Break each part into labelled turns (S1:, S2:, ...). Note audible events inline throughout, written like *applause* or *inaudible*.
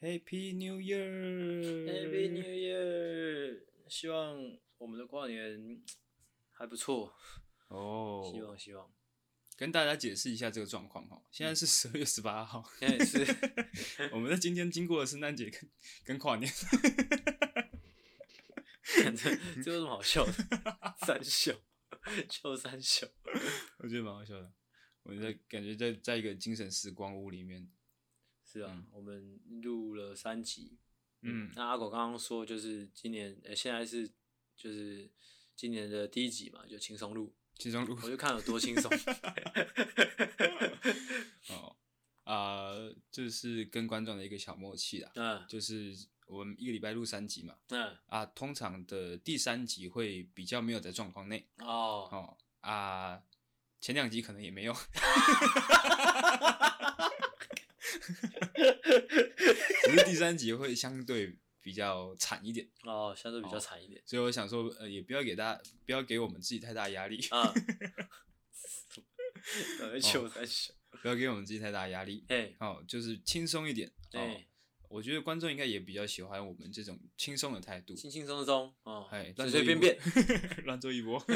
S1: Happy New Year。
S2: Happy New Year！希望我们的跨年还不错，
S1: 哦，
S2: 希望希望。
S1: 跟大家解释一下这个状况哈。现在
S2: 嗯
S1: 是十二月十八号， *laughs*
S2: 现在也是
S1: 我们在今天经过了圣诞节跟跟跨年，
S2: 看 *laughs* 着，这有什么好笑的？三笑， *laughs* 笑三笑。
S1: 我觉得蛮好笑的。我在感觉在在一个精神时光屋里面，
S2: 是啊，
S1: 嗯
S2: 我们录了三集。
S1: 嗯
S2: 那阿狗刚刚说，就是今年，呃、现在是就是今年的第一集嘛，就轻松录，
S1: 轻松录
S2: 我就看有多轻松。
S1: 哦 *laughs* 啊，就是跟观众的一个小默契啦，
S2: 嗯
S1: 就是我们一个礼拜录三集嘛，
S2: 嗯
S1: 啊，通常的第三集会比较没有在状况内
S2: 哦，
S1: 哦啊，前两集可能也没有，只是第三集会相对比较惨一点，
S2: 哦，相对比较惨一点。
S1: 所以我想说，呃，也不要给大家不要给我们自己太大压力， *laughs*
S2: 啊， *laughs* 感
S1: 哦
S2: 觉球在笑。
S1: 不要给我们自己太大压力，
S2: 哎，
S1: 哦，就是轻松一点，哦
S2: 对，，
S1: 我觉得观众应该也比较喜欢我们这种轻松的态度，
S2: 轻轻松松哦，
S1: 哎，
S2: 随
S1: 乱做
S2: 随
S1: 一波
S2: 便
S1: *laughs*
S2: 便。，
S1: 乱做一
S2: *laughs*
S1: 波。 *laughs*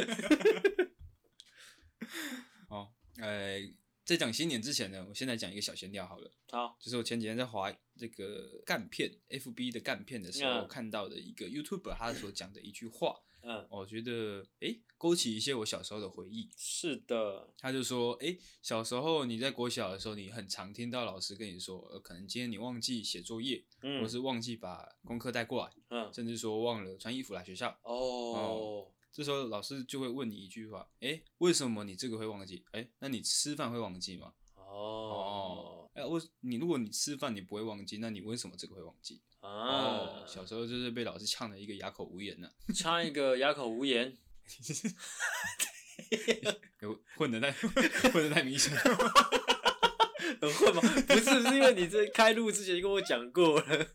S1: 好，呃，在讲新年之前呢，我先来讲一个小闲聊好了，
S2: 好，
S1: 就是我前几天在滑这个干片 FB 的干片的时候，
S2: 嗯
S1: 看到的一个 YouTuber 他所讲的一句话，
S2: 嗯，
S1: 我觉得诶勾起一些我小时候的回忆。
S2: 是的，
S1: 他就说，诶，小时候你在国小的时候，你很常听到老师跟你说，呃，可能今天你忘记写作业，
S2: 嗯，
S1: 或是忘记把功课带过来，
S2: 嗯，
S1: 甚至说忘了穿衣服来学校。
S2: 哦，
S1: 这时候老师就会问你一句话：哎，为什么你这个会忘记？哎，那你吃饭会忘记吗？
S2: 哦，
S1: 哎，为你如果你吃饭你不会忘记，那你为什么这个会忘记？
S2: 啊，
S1: 哦小时候就是被老师呛的一个哑口无言呢、
S2: 插一个哑口无言， *laughs*
S1: 有混 *laughs* 的太混的太明显了。
S2: 很混吗？不是，是因为你这开录之前就跟我讲
S1: *laughs*
S2: 过了，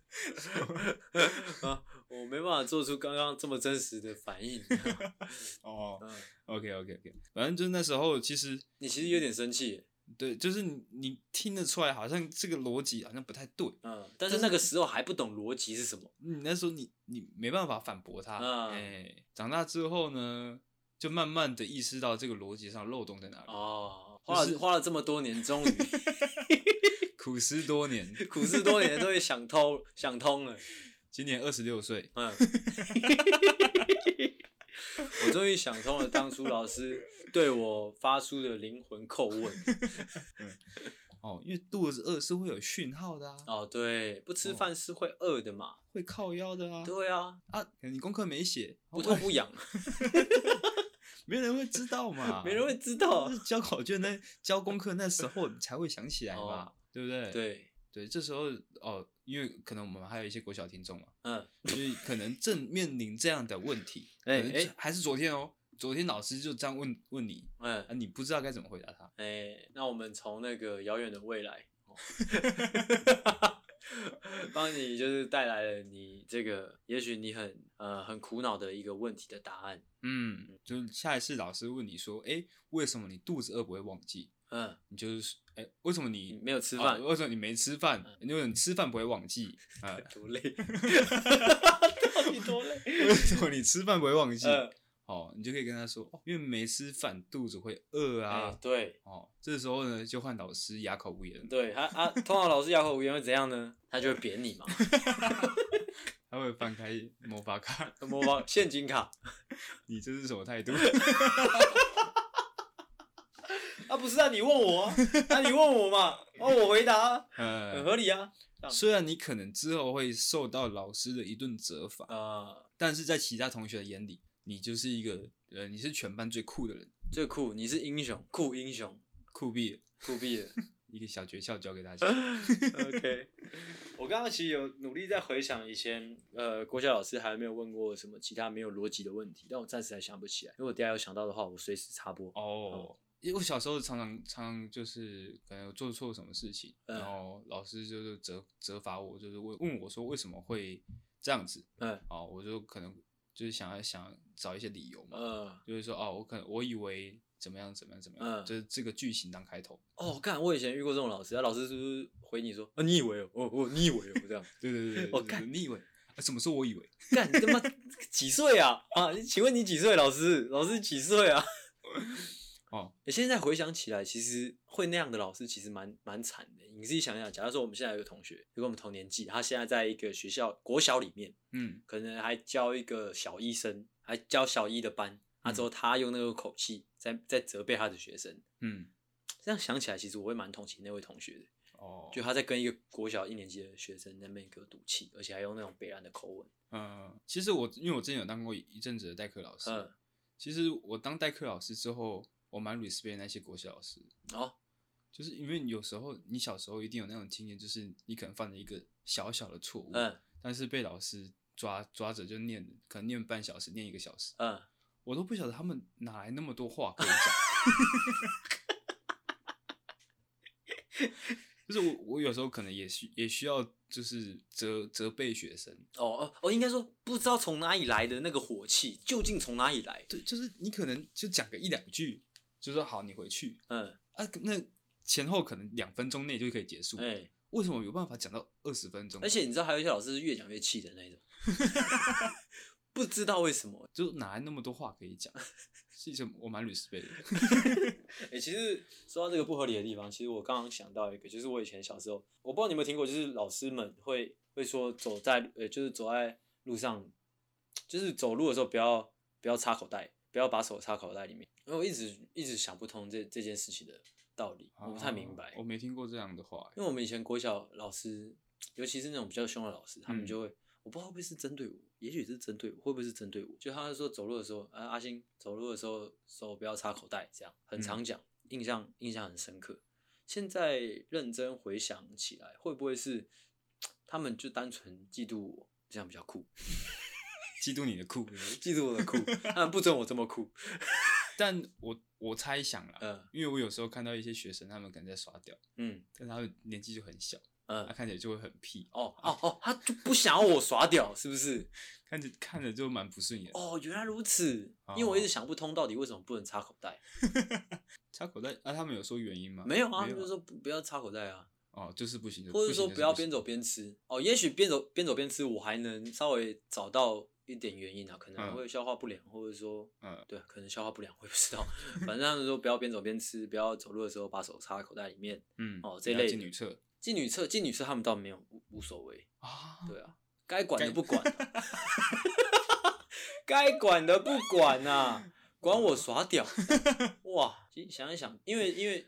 S2: 啊，我没办法做出刚刚这么真实的反应。
S1: *laughs*
S2: *laughs*
S1: 哦
S2: 嗯，
S1: ，OK OK OK，反正就是那时候其实
S2: 你其实有点生气，
S1: 对，就是你你听得出来，好像这个逻辑好像不太对。
S2: 嗯，但是那个时候还不懂逻辑是什么。
S1: 你那时候你你没办法反驳他。
S2: 嗯
S1: 哎，长大之后呢，就慢慢的意识到这个逻辑上漏洞在哪里。
S2: 哦，花了、
S1: 就是
S2: 花了这么多年，终于
S1: 苦思多年， *laughs*
S2: 苦思多年，终于想通想通了。
S1: 今年二十六岁， *laughs*
S2: 嗯，我终于想通了当初老师对我发出的灵魂叩问。
S1: 哦，因为肚子饿是会有讯号的啊，
S2: 哦，对，不吃饭是会饿的嘛？
S1: 会靠腰的啊，
S2: 对啊，
S1: 啊，可能你功课没写，
S2: 不
S1: 哦
S2: 痛不痒，
S1: 没人会知道 *laughs* 嘛，
S2: 没人会知道
S1: 就。是交考卷那交功课那时候你才会想起来嘛，
S2: 哦
S1: 对不对？
S2: 对，
S1: 对，这时候哦，因为可能我们还有一些国小听众嘛，
S2: 嗯，
S1: 就是可能正面临这样的问题，
S2: 哎
S1: 可能
S2: 哎
S1: 还是昨天哦，昨天老师就这样问问你，
S2: 嗯
S1: 啊，，你不知道该怎么回答他，
S2: 哎、那我们从那个遥远的未来，哦 *laughs* 帮你就是带来了你这个，也许你很呃很苦恼的一个问题的答案。
S1: 嗯，就是下一次老师问你说，哎，为什么你肚子饿不会忘记？
S2: 嗯，
S1: 你就是哎、为什么你
S2: 你没有嗯吃饭嗯
S1: 哦为什么你没吃饭？因为你吃饭不会忘
S2: *laughs*
S1: 记啊？
S2: 多累，到底多累？
S1: 为什么你吃饭不会忘记？
S2: 嗯，
S1: 哦，你就可以跟他说，哦，因为没吃饭，肚子会饿啊。
S2: 哎，对
S1: 哦，这时候呢，就换老师哑口无言，
S2: 对，他啊，通常老师哑口无言会怎样呢？他就会扁你嘛，
S1: 他会翻开魔法卡， *laughs*
S2: 模仿陷阱卡。
S1: 你这是什么态
S2: *laughs*
S1: 度？
S2: 啊，不是啊，你问我啊，啊你问我嘛，哦，我回答啊，很
S1: 呃，
S2: 合理啊。
S1: 虽然你可能之后会受到老师的一顿责罚，
S2: 呃，
S1: 但是在其他同学的眼里，你就是一个呃，你是全班最酷的人，
S2: 最酷，你是英雄，酷英雄，
S1: 酷毙了，
S2: 酷毙了。
S1: 一个小诀窍教给大
S2: *laughs*
S1: 家。
S2: OK，我 *laughs* 刚刚其实有努力在回想以前，呃，郭晓老师还有没有问过什么其他没有逻辑的问题，但我暂时还想不起来。如果等一下有想到的话，我随时插播。
S1: 哦，因为我小时候常常常常就是可能有做错什么事情，
S2: 嗯
S1: 然后老师就是责责罚我，就是问问我说为什么会这样子
S2: 嗯
S1: 哦，我就可能就是想要想找一些理由嘛，
S2: 呃
S1: 就是说哦，我可能我以为怎么样怎么样怎么
S2: 嗯
S1: 样，就是这个句型当开头。
S2: 哦，干，我以前遇过这种老师，啊，老师是不是回你说啊，你以为哦，哦哦，你以为哦，这样，
S1: 对对对对，
S2: *laughs* 我
S1: 对
S2: 干
S1: 对你以为啊什么时候我以为？
S2: *laughs* 干你他妈几岁啊？啊，请问你几岁？老师，老师几岁啊？ *laughs*
S1: 哦，
S2: 欸现在回想起来，其实会那样的老师其实蛮蛮惨的。你自己想想，假如说我们现在有一个同学，就跟我们同年纪，他现在在一个学校国小里面，
S1: 嗯
S2: 可能还教一个小医生，还教小一的班，啊之后他用那个口气在在责备他的学生。
S1: 嗯，
S2: 这样想起来，其实我会蛮同情那位同学的，
S1: 哦，
S2: 就他在跟一个国小一年级的学生在那边给我赌气，而且还用那种北然的口吻。
S1: 呃，其实我因为我之前有当过一阵子的代课老师，
S2: 嗯，
S1: 其实我当代课老师之后，我蛮 respect 那些国小老师，
S2: 哦，
S1: 就是因为有时候你小时候一定有那种经验，就是你可能犯了一个小小的错误，
S2: 嗯
S1: 但是被老师抓抓着就念，可能念半小时，念一个小时，
S2: 嗯，
S1: 我都不晓得他们哪来那么多话可以讲。就是我，我有时候可能也需也需要，就是责责备学生。
S2: 哦哦哦，应该说不知道从哪里来的那个火气，究竟从哪里来？
S1: 对，就是你可能就讲个一两句，就说好，你回去
S2: 嗯，
S1: 啊，那前后可能两分钟内就可以结束。
S2: 哎、
S1: 为什么有办法讲到二十分钟？
S2: 而且你知道，还有一些老师是越讲越气的那 *laughs* 一种，不知道为什么。
S1: 就哪来那么多话可以
S2: *laughs*
S1: 讲？是一种我蛮 respect 的。
S2: 哎、其实说到这个不合理的地方，其实我刚刚想到一个，就是我以前小时候，我不知道你有没有听过，就是老师们会会说走在呃，就是走在路上，就是走路的时候不要不要插口袋，不要把手插口袋里面。因为我一直一直想不通这这件事情的道理，我不太明白。
S1: 啊我没听过这样的话欸。
S2: 因为我们以前国小老师，尤其是那种比较凶的老师，他们
S1: 嗯
S2: 就会，我不知道会不会是针对我，也许是针对我，会不会是针对我？就他说走路的时候，啊，阿星走路的时候手不要插口袋，这样很常讲，印象印象很深刻。现在认真回想起来，会不会是他们就单纯嫉妒我这样比较酷，
S1: 嫉妒你的酷，
S2: 嫉妒我的酷，他们不准我这么酷。
S1: 但我我猜想啦，
S2: 嗯
S1: 因为我有时候看到一些学生，他们可能在刷掉，
S2: 嗯
S1: 但他们年纪就很小，他、 *laughs*
S2: 嗯，
S1: 看起来就会很屁，
S2: 哦哦哦，他就不想要我耍屌，是不是？
S1: 看着看着就蛮不顺眼的。
S2: 哦，原来如此，因为我一直想不通到底为什么不能插口袋。
S1: 插口袋啊？他们有说原因吗？
S2: 没有啊，
S1: 没
S2: 就
S1: 有
S2: 是说不不要插口袋啊，
S1: 哦，就是不行，
S2: 或者说
S1: 不行
S2: 不要
S1: 就是
S2: 边走边吃。哦，也许边走边走边吃，我还能稍微找到一点原因啊，可能
S1: 嗯
S2: 会消化不良，或者说，
S1: 嗯
S2: 对，可能消化不良，我也不知道。反正他们说不要边走边吃，不要走路的时候把手插在口袋里面。
S1: 不行嗯
S2: 哦这
S1: 不要
S2: 类
S1: 进
S2: 的
S1: 女厕
S2: 进女厕，进女厕他们倒没有无无所谓，
S1: 啊，
S2: 对啊，该管的
S1: 该
S2: 不管、啊， *laughs* 该管的不管呐、管我耍
S1: *laughs*
S2: 屌！哇，其实想一想，因为因为、呃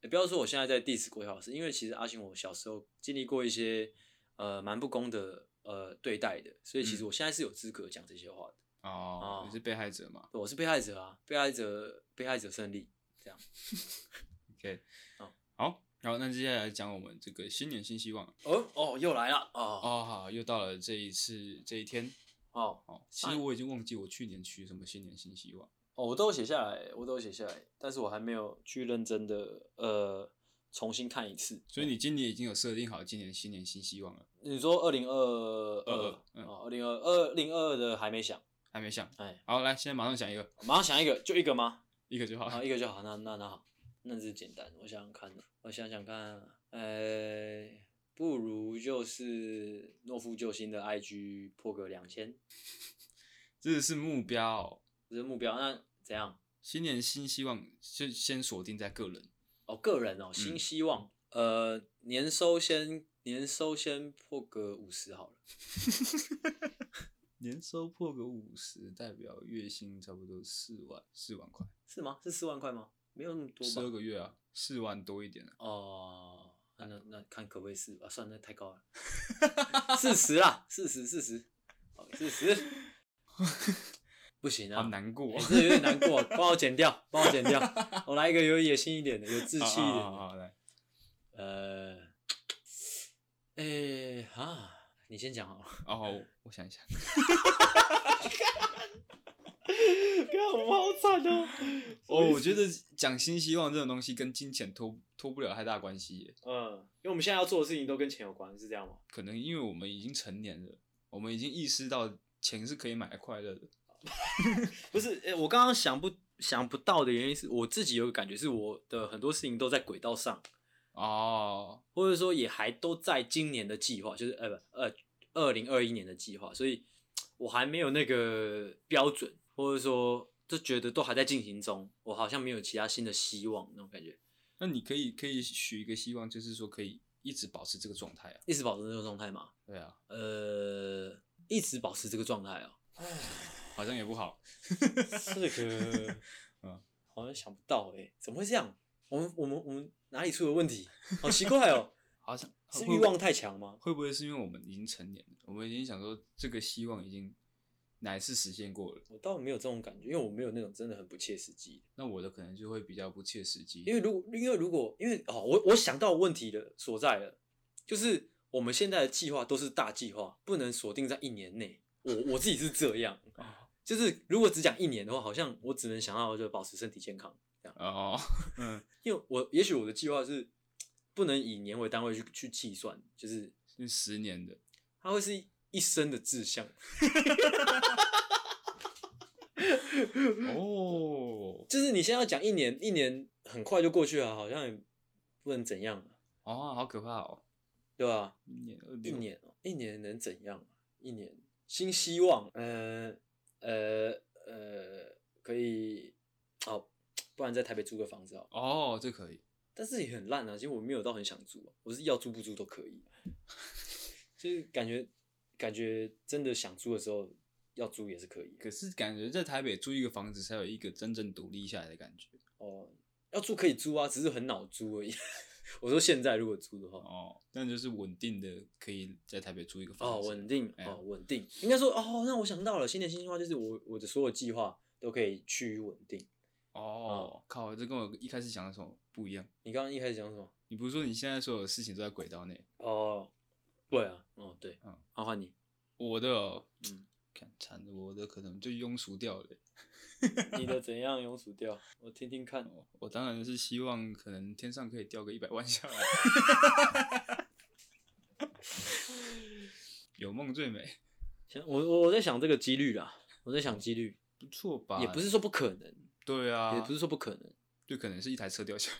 S2: 也不要说我现在在 diss 国小老师，因为其实阿星我小时候经历过一些呃蛮不公的呃对待的，所以其实
S1: 嗯
S2: 我现在是有资格讲这些话的。
S1: 哦，你是被害者嘛
S2: 我是被害者啊，被害者被害者胜利。
S1: ？OK，
S2: 哦
S1: 好，然后那接下来讲我们这个新年新希望
S2: 哦哦，又来了哦
S1: 哦，好，又到了这一次这一天
S2: 哦
S1: 哦，其实我已经忘记我去年取什么新年新希望。
S2: 哦，我都有写下来，我都有写下来，但是我还没有去认真的呃重新看一次。
S1: 所以你今年已经有设定好今年新年新希望了，
S2: 你说二零二二
S1: 嗯
S2: 哦，二零二二零二二的还没想，
S1: 还没想？
S2: 哎，
S1: 好，来，现在马上想一个，
S2: 马上想一个，就一个吗？
S1: 一个就好。
S2: 啊，一个就好，那那那好，那是简单。我想想看，我想想看，啊呃，不如就是诺夫救星的 IG 破个两千，
S1: 这是目标哦、
S2: 这是目标。那怎样？
S1: 新年新希望就先锁定在个人，
S2: 哦，个人哦，新
S1: 嗯
S2: 希望，呃，年收先年收先破个五十好了。
S1: 年收破个五十，代表月薪差不多四万四万块，
S2: 是吗？是四万块吗？没有那么多
S1: 十二
S2: 吧？
S1: 个月啊，四万多一点啊。
S2: 哦，那那那看可不可以四啊？算了，那太高了，
S1: *laughs*
S2: 四十啦，四十，四十，好，四十，不行啊，
S1: 好难过
S2: 欸
S1: 啊，
S2: 这有点难过，帮我剪掉，帮我剪掉，我来一个有野心一点的，有志
S1: 好
S2: 气一点
S1: 啊好好好
S2: 的，
S1: 来，
S2: 呃，哎啊，你先讲好了，
S1: 哦，我想一下，
S2: 看我好惨哦，
S1: 哦，我觉得讲新希望这种东西跟金钱脱脱不了太大关系耶，
S2: 嗯，因为我们现在要做的事情都跟钱有关，是这样吗？
S1: 可能因为我们已经成年了，我们已经意识到钱是可以买来快乐的。
S2: 不是，诶我刚刚想不想不到的原因是我自己有个感觉，是我的很多事情都在轨道上，
S1: 哦，
S2: 或者说也还都在今年的计划，就是呃不呃二零二一年的计划，所以我还没有那个标准，或者说就觉得都还在进行中，我好像没有其他新的希望那种感觉，
S1: 那你可以可以许一个希望，就是说可以一直保持这个状态啊。
S2: 一直保持这个状态嘛，
S1: 对啊，
S2: 呃，一直保持这个状态哦，
S1: 好像也不好。
S2: 这个 *laughs*
S1: 嗯，
S2: 好像想不到哎、怎么会这样？我们我们我们哪里出了问题？好奇怪 *laughs* 哦，
S1: 好像
S2: 是
S1: 会
S2: 欲
S1: 不会
S2: 望太强吗？
S1: 会不会是因为我们已经成年了？我们已经想说这个希望已经哪次实现过了？
S2: 我倒没有这种感觉，因为我没有那种真的很不切实际的。
S1: 那我的可能就会比较不切实际。
S2: 因为如果因为如果因为哦，我我想到问题的所在了，就是我们现在的计划都是大计划，不能锁定在一年内。我我自己是这样，就是如果只讲一年的话，好像我只能想到就保持身体健康，
S1: 哦，嗯，
S2: 因为我也许我的计划是不能以年为单位去去计算，就是
S1: 是十年的，
S2: 它会是一生的志向，
S1: 哦
S2: 就是你现在要讲一年，一年很快就过去了，好像也不能怎样，
S1: 哦，好可怕哦！
S2: 对吧、
S1: 一年二
S2: 一
S1: 六，
S2: 年哦，一年能怎样？一年新希望，呃呃呃，可以哦，不然在台北租个房子哦，
S1: 哦，这可以。
S2: 但是也很烂啊，其实我没有到很想租啊，我是要租不租都可以，啊 *laughs* 就是感觉感觉真的想租的时候要租也是可以
S1: 可是感觉在台北租一个房子，才有一个真正独立下来的感觉。
S2: 哦，要租可以租啊，只是很恼租而已。 *laughs* 我说现在如果租的话，
S1: 哦，但就是稳定的，可以在台北租一个
S2: 哦，
S1: 房子。
S2: 稳定
S1: 哎
S2: 哦，稳定，应该说哦，那我想到了，新年新计划就是我我的所有计划都可以趋于稳定。
S1: 哦，靠，这跟我一开始想的什么不一样。
S2: 你刚刚一开始讲什么？
S1: 你不是说你现在所有的事情都在轨道内？
S2: 哦，对啊，哦对，
S1: 嗯，
S2: 好换你，
S1: 我的哦，
S2: 嗯，
S1: 看惨了，我的可能就庸俗掉了。
S2: *laughs* 你的怎样庸俗掉？我听听看。
S1: 哦我当然是希望可能天上可以掉个一百万下来。 *laughs* 有梦最美，
S2: 想我我我在想这个几率啦，我在想几率，
S1: 不错吧？
S2: 也不是说不可能，
S1: 对啊，
S2: 也不是说不可能，
S1: 就可能是一台车掉下来。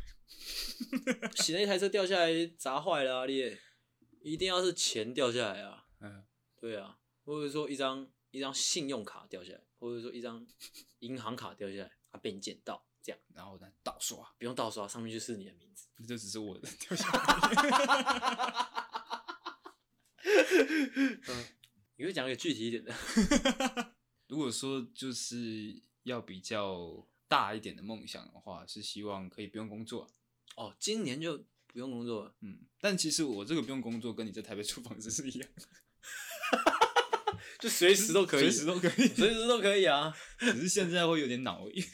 S2: 洗了一台车掉下来砸坏了啊，你一定要是钱掉下来啊，
S1: 嗯，
S2: 对啊，或者说一张一张信用卡掉下来，或者说一张银行卡掉下来，啊被你捡到，这样
S1: 然后呢，盗刷，
S2: 不用盗刷，啊上面就是你的名字。
S1: 那就只是我的掉下来。 *laughs*
S2: 你会讲个具体一点的， *laughs*
S1: 如果说就是要比较大一点的梦想的话，是希望可以不用工作。
S2: 哦，今年就不用工作了。
S1: 嗯，但其实我这个不用工作，跟你在台北 *laughs* 租房子是一样，
S2: 就随时都可以，
S1: 随时都可以，
S2: 随时都可以啊。
S1: 只是现在会有点恼而已。 *laughs*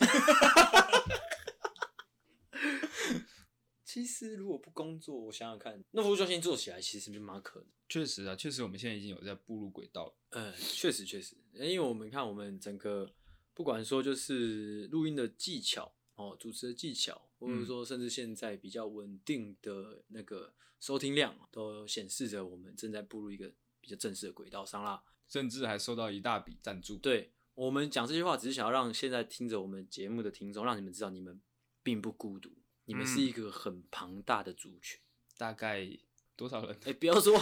S2: 其实如果不工作，我想想看，那服务中心做起来其实蛮可能。
S1: 确实啊，确实我们现在已经有在步入轨道了。
S2: 呃，确实确实，因为我们看我们整个，不管说就是录音的技巧哦，主持的技巧，或者说甚至现在比较稳定的那个收听量，都显示着我们正在步入一个比较正式的轨道上啦。
S1: 甚至还收到一大笔赞助。，
S2: 对我们讲这些话，只是想要让现在听着我们节目的听众，让你们知道你们并不孤独，你们是
S1: 嗯
S2: 一个很庞大的族群。
S1: 大概多少人？
S2: 哎、不要 *laughs* 说，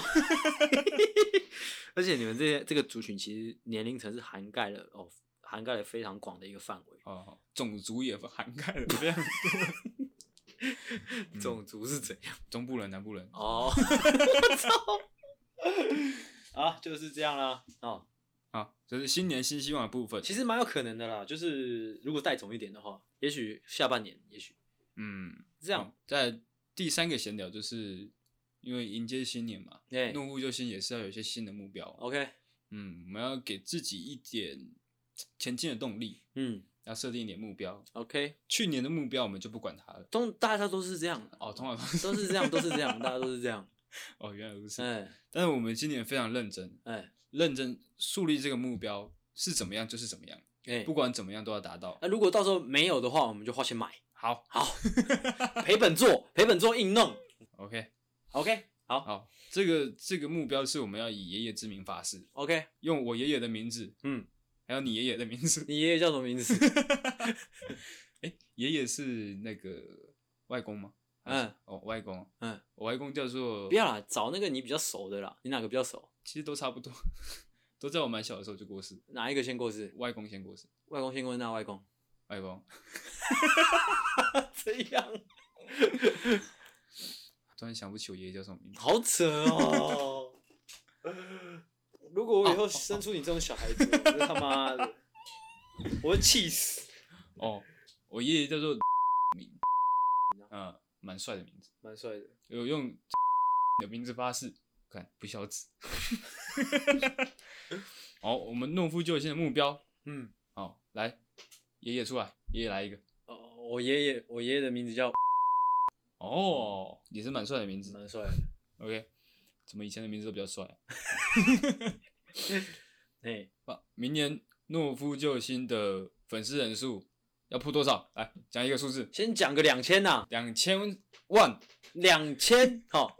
S2: 而且你们这些这个族群其实年龄层是涵盖了哦，涵盖了非常广的一个范围。
S1: *laughs* 哦，种族也涵盖了非常多。
S2: 嗯种族是怎样？
S1: *laughs* 中部人、南部人，
S2: 哦， *laughs* 啊，就是这样啦。哦，
S1: 啊，这是新年新希望的部分。
S2: 其实蛮有可能的啦，就是如果带种一点的话，也许下半年，也许
S1: 嗯，
S2: 这样。
S1: 在第三个闲聊，就是因为迎接新年嘛，
S2: 哎、
S1: 怒户救星也是要有一些新的目标。
S2: o k
S1: 嗯，我们要给自己一点前进的动力，
S2: 嗯
S1: 要设定一点目标。
S2: ，OK，
S1: 去年的目标我们就不管它了。
S2: 通大家都是这样，
S1: 哦，通常
S2: 都是这样，都是这样，大家都是这 *laughs* 样。
S1: 哦，原来如此。
S2: 哎
S1: 但是我们今年非常认真，
S2: 哎
S1: 认真树立这个目标是怎么样就是怎么样，
S2: 哎
S1: 不，管怎么样都要达到
S2: 那。如果到时候没有的话，我们就花钱买，
S1: 好
S2: 赔本做，赔本做硬弄。
S1: ，OK，
S2: OK，好
S1: 好，这个这个目标是我们要以爷爷之名发誓，
S2: ，OK，
S1: 用我爷爷的名字，
S2: 嗯，
S1: 哎、还有你爷爷的名字。 *laughs*
S2: 你爷爷叫什么名 *laughs* 字？
S1: 哎，爷爷是那个外公吗？还是
S2: 嗯，
S1: 哦，外公，
S2: 嗯，
S1: 我外公叫做
S2: 不，要啦，找那个你比较熟的啦。你哪个比较熟？
S1: 其实都差不多， *laughs* 都在我蛮小的时候就过世，
S2: 哪一个先过世？
S1: 外公先过世，
S2: 外公先过世，那外公
S1: 外公。
S2: 这样
S1: 突然想不起我爷爷叫什么名字，
S2: 好扯哦。 *laughs* 如果我以后生出你这种小孩 *laughs* 子，我就他妈的，我会气死。
S1: 哦，我爷爷叫做 *laughs* 名，嗯，蛮帅的名字，
S2: 蛮帅的，
S1: 有用的名字发誓，看不孝子。好，我们弄夫救星的目标，
S2: 嗯，
S1: 好，来，爷爷出来，爷爷来一个，
S2: 哦，我爷爷，我爷爷的名字叫 *laughs*
S1: 哦，也是蛮帅的名字
S2: 蛮帅的，
S1: ，OK，怎么以前的名字都比较帅啊？
S2: 哎，
S1: 啊，明年懦夫救星的粉丝人数要破多少？来讲一个数字，
S2: 先讲个两千呐，
S1: 两千万。
S2: 两千，好，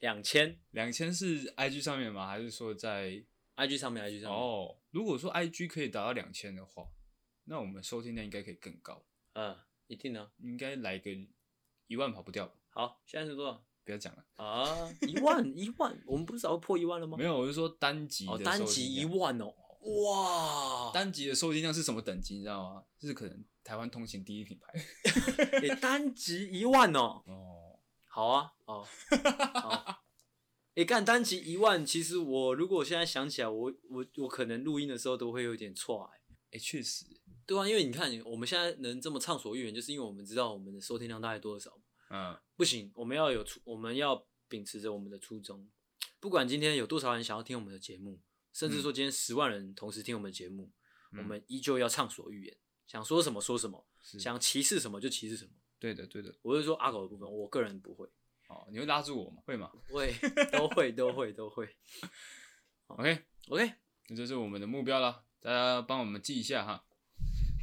S2: 两千
S1: 两千是 IG 上面吗？还是说在
S2: ，IG 上面，IG 上面，
S1: 哦？如果说 IG 可以达到两千的话，那我们收听量应该可以更高，
S2: 嗯，一定啊。
S1: 应该来个一万跑不掉吧。
S2: 好，现在是多少？
S1: 不要讲了，
S2: 啊，一万 *laughs* 一万，我们不是早就破一万了吗？
S1: 没有，我是说单集的
S2: 哦，
S1: 收
S2: 单
S1: 听
S2: 集一
S1: 量
S2: 万哦，哇！
S1: *laughs* 单集的收听量是什么等级？你知道吗？是可能台湾通勤第一品牌
S2: 诶单集一万哦，
S1: 哦。
S2: 好啊，哦，好。诶，干单集一万，其实我如果现在想起来，我我我可能录音的时候都会有点错哎、
S1: 哎、确实，
S2: 对啊，因为你看我们现在能这么畅所欲言，就是因为我们知道我们的收听量大概多少。
S1: 嗯，
S2: 不行，我们要有初，我们要秉持着我们的初衷，不管今天有多少人想要听我们的节目，甚至说今天十万人同时听我们的节目，我
S1: 嗯
S2: 们依旧要畅所欲言，想说什么说什么，
S1: 是
S2: 想歧视什么就歧视什么。
S1: 对的，对的。
S2: 我是说阿狗的部分，我个人不
S1: *laughs*
S2: 会，
S1: 哦，你会拉住我吗？会吗
S2: 会都会都会都会。哦
S1: ？OK，
S2: OK，
S1: 那这是我们的目标了，大家帮我们记一下哈。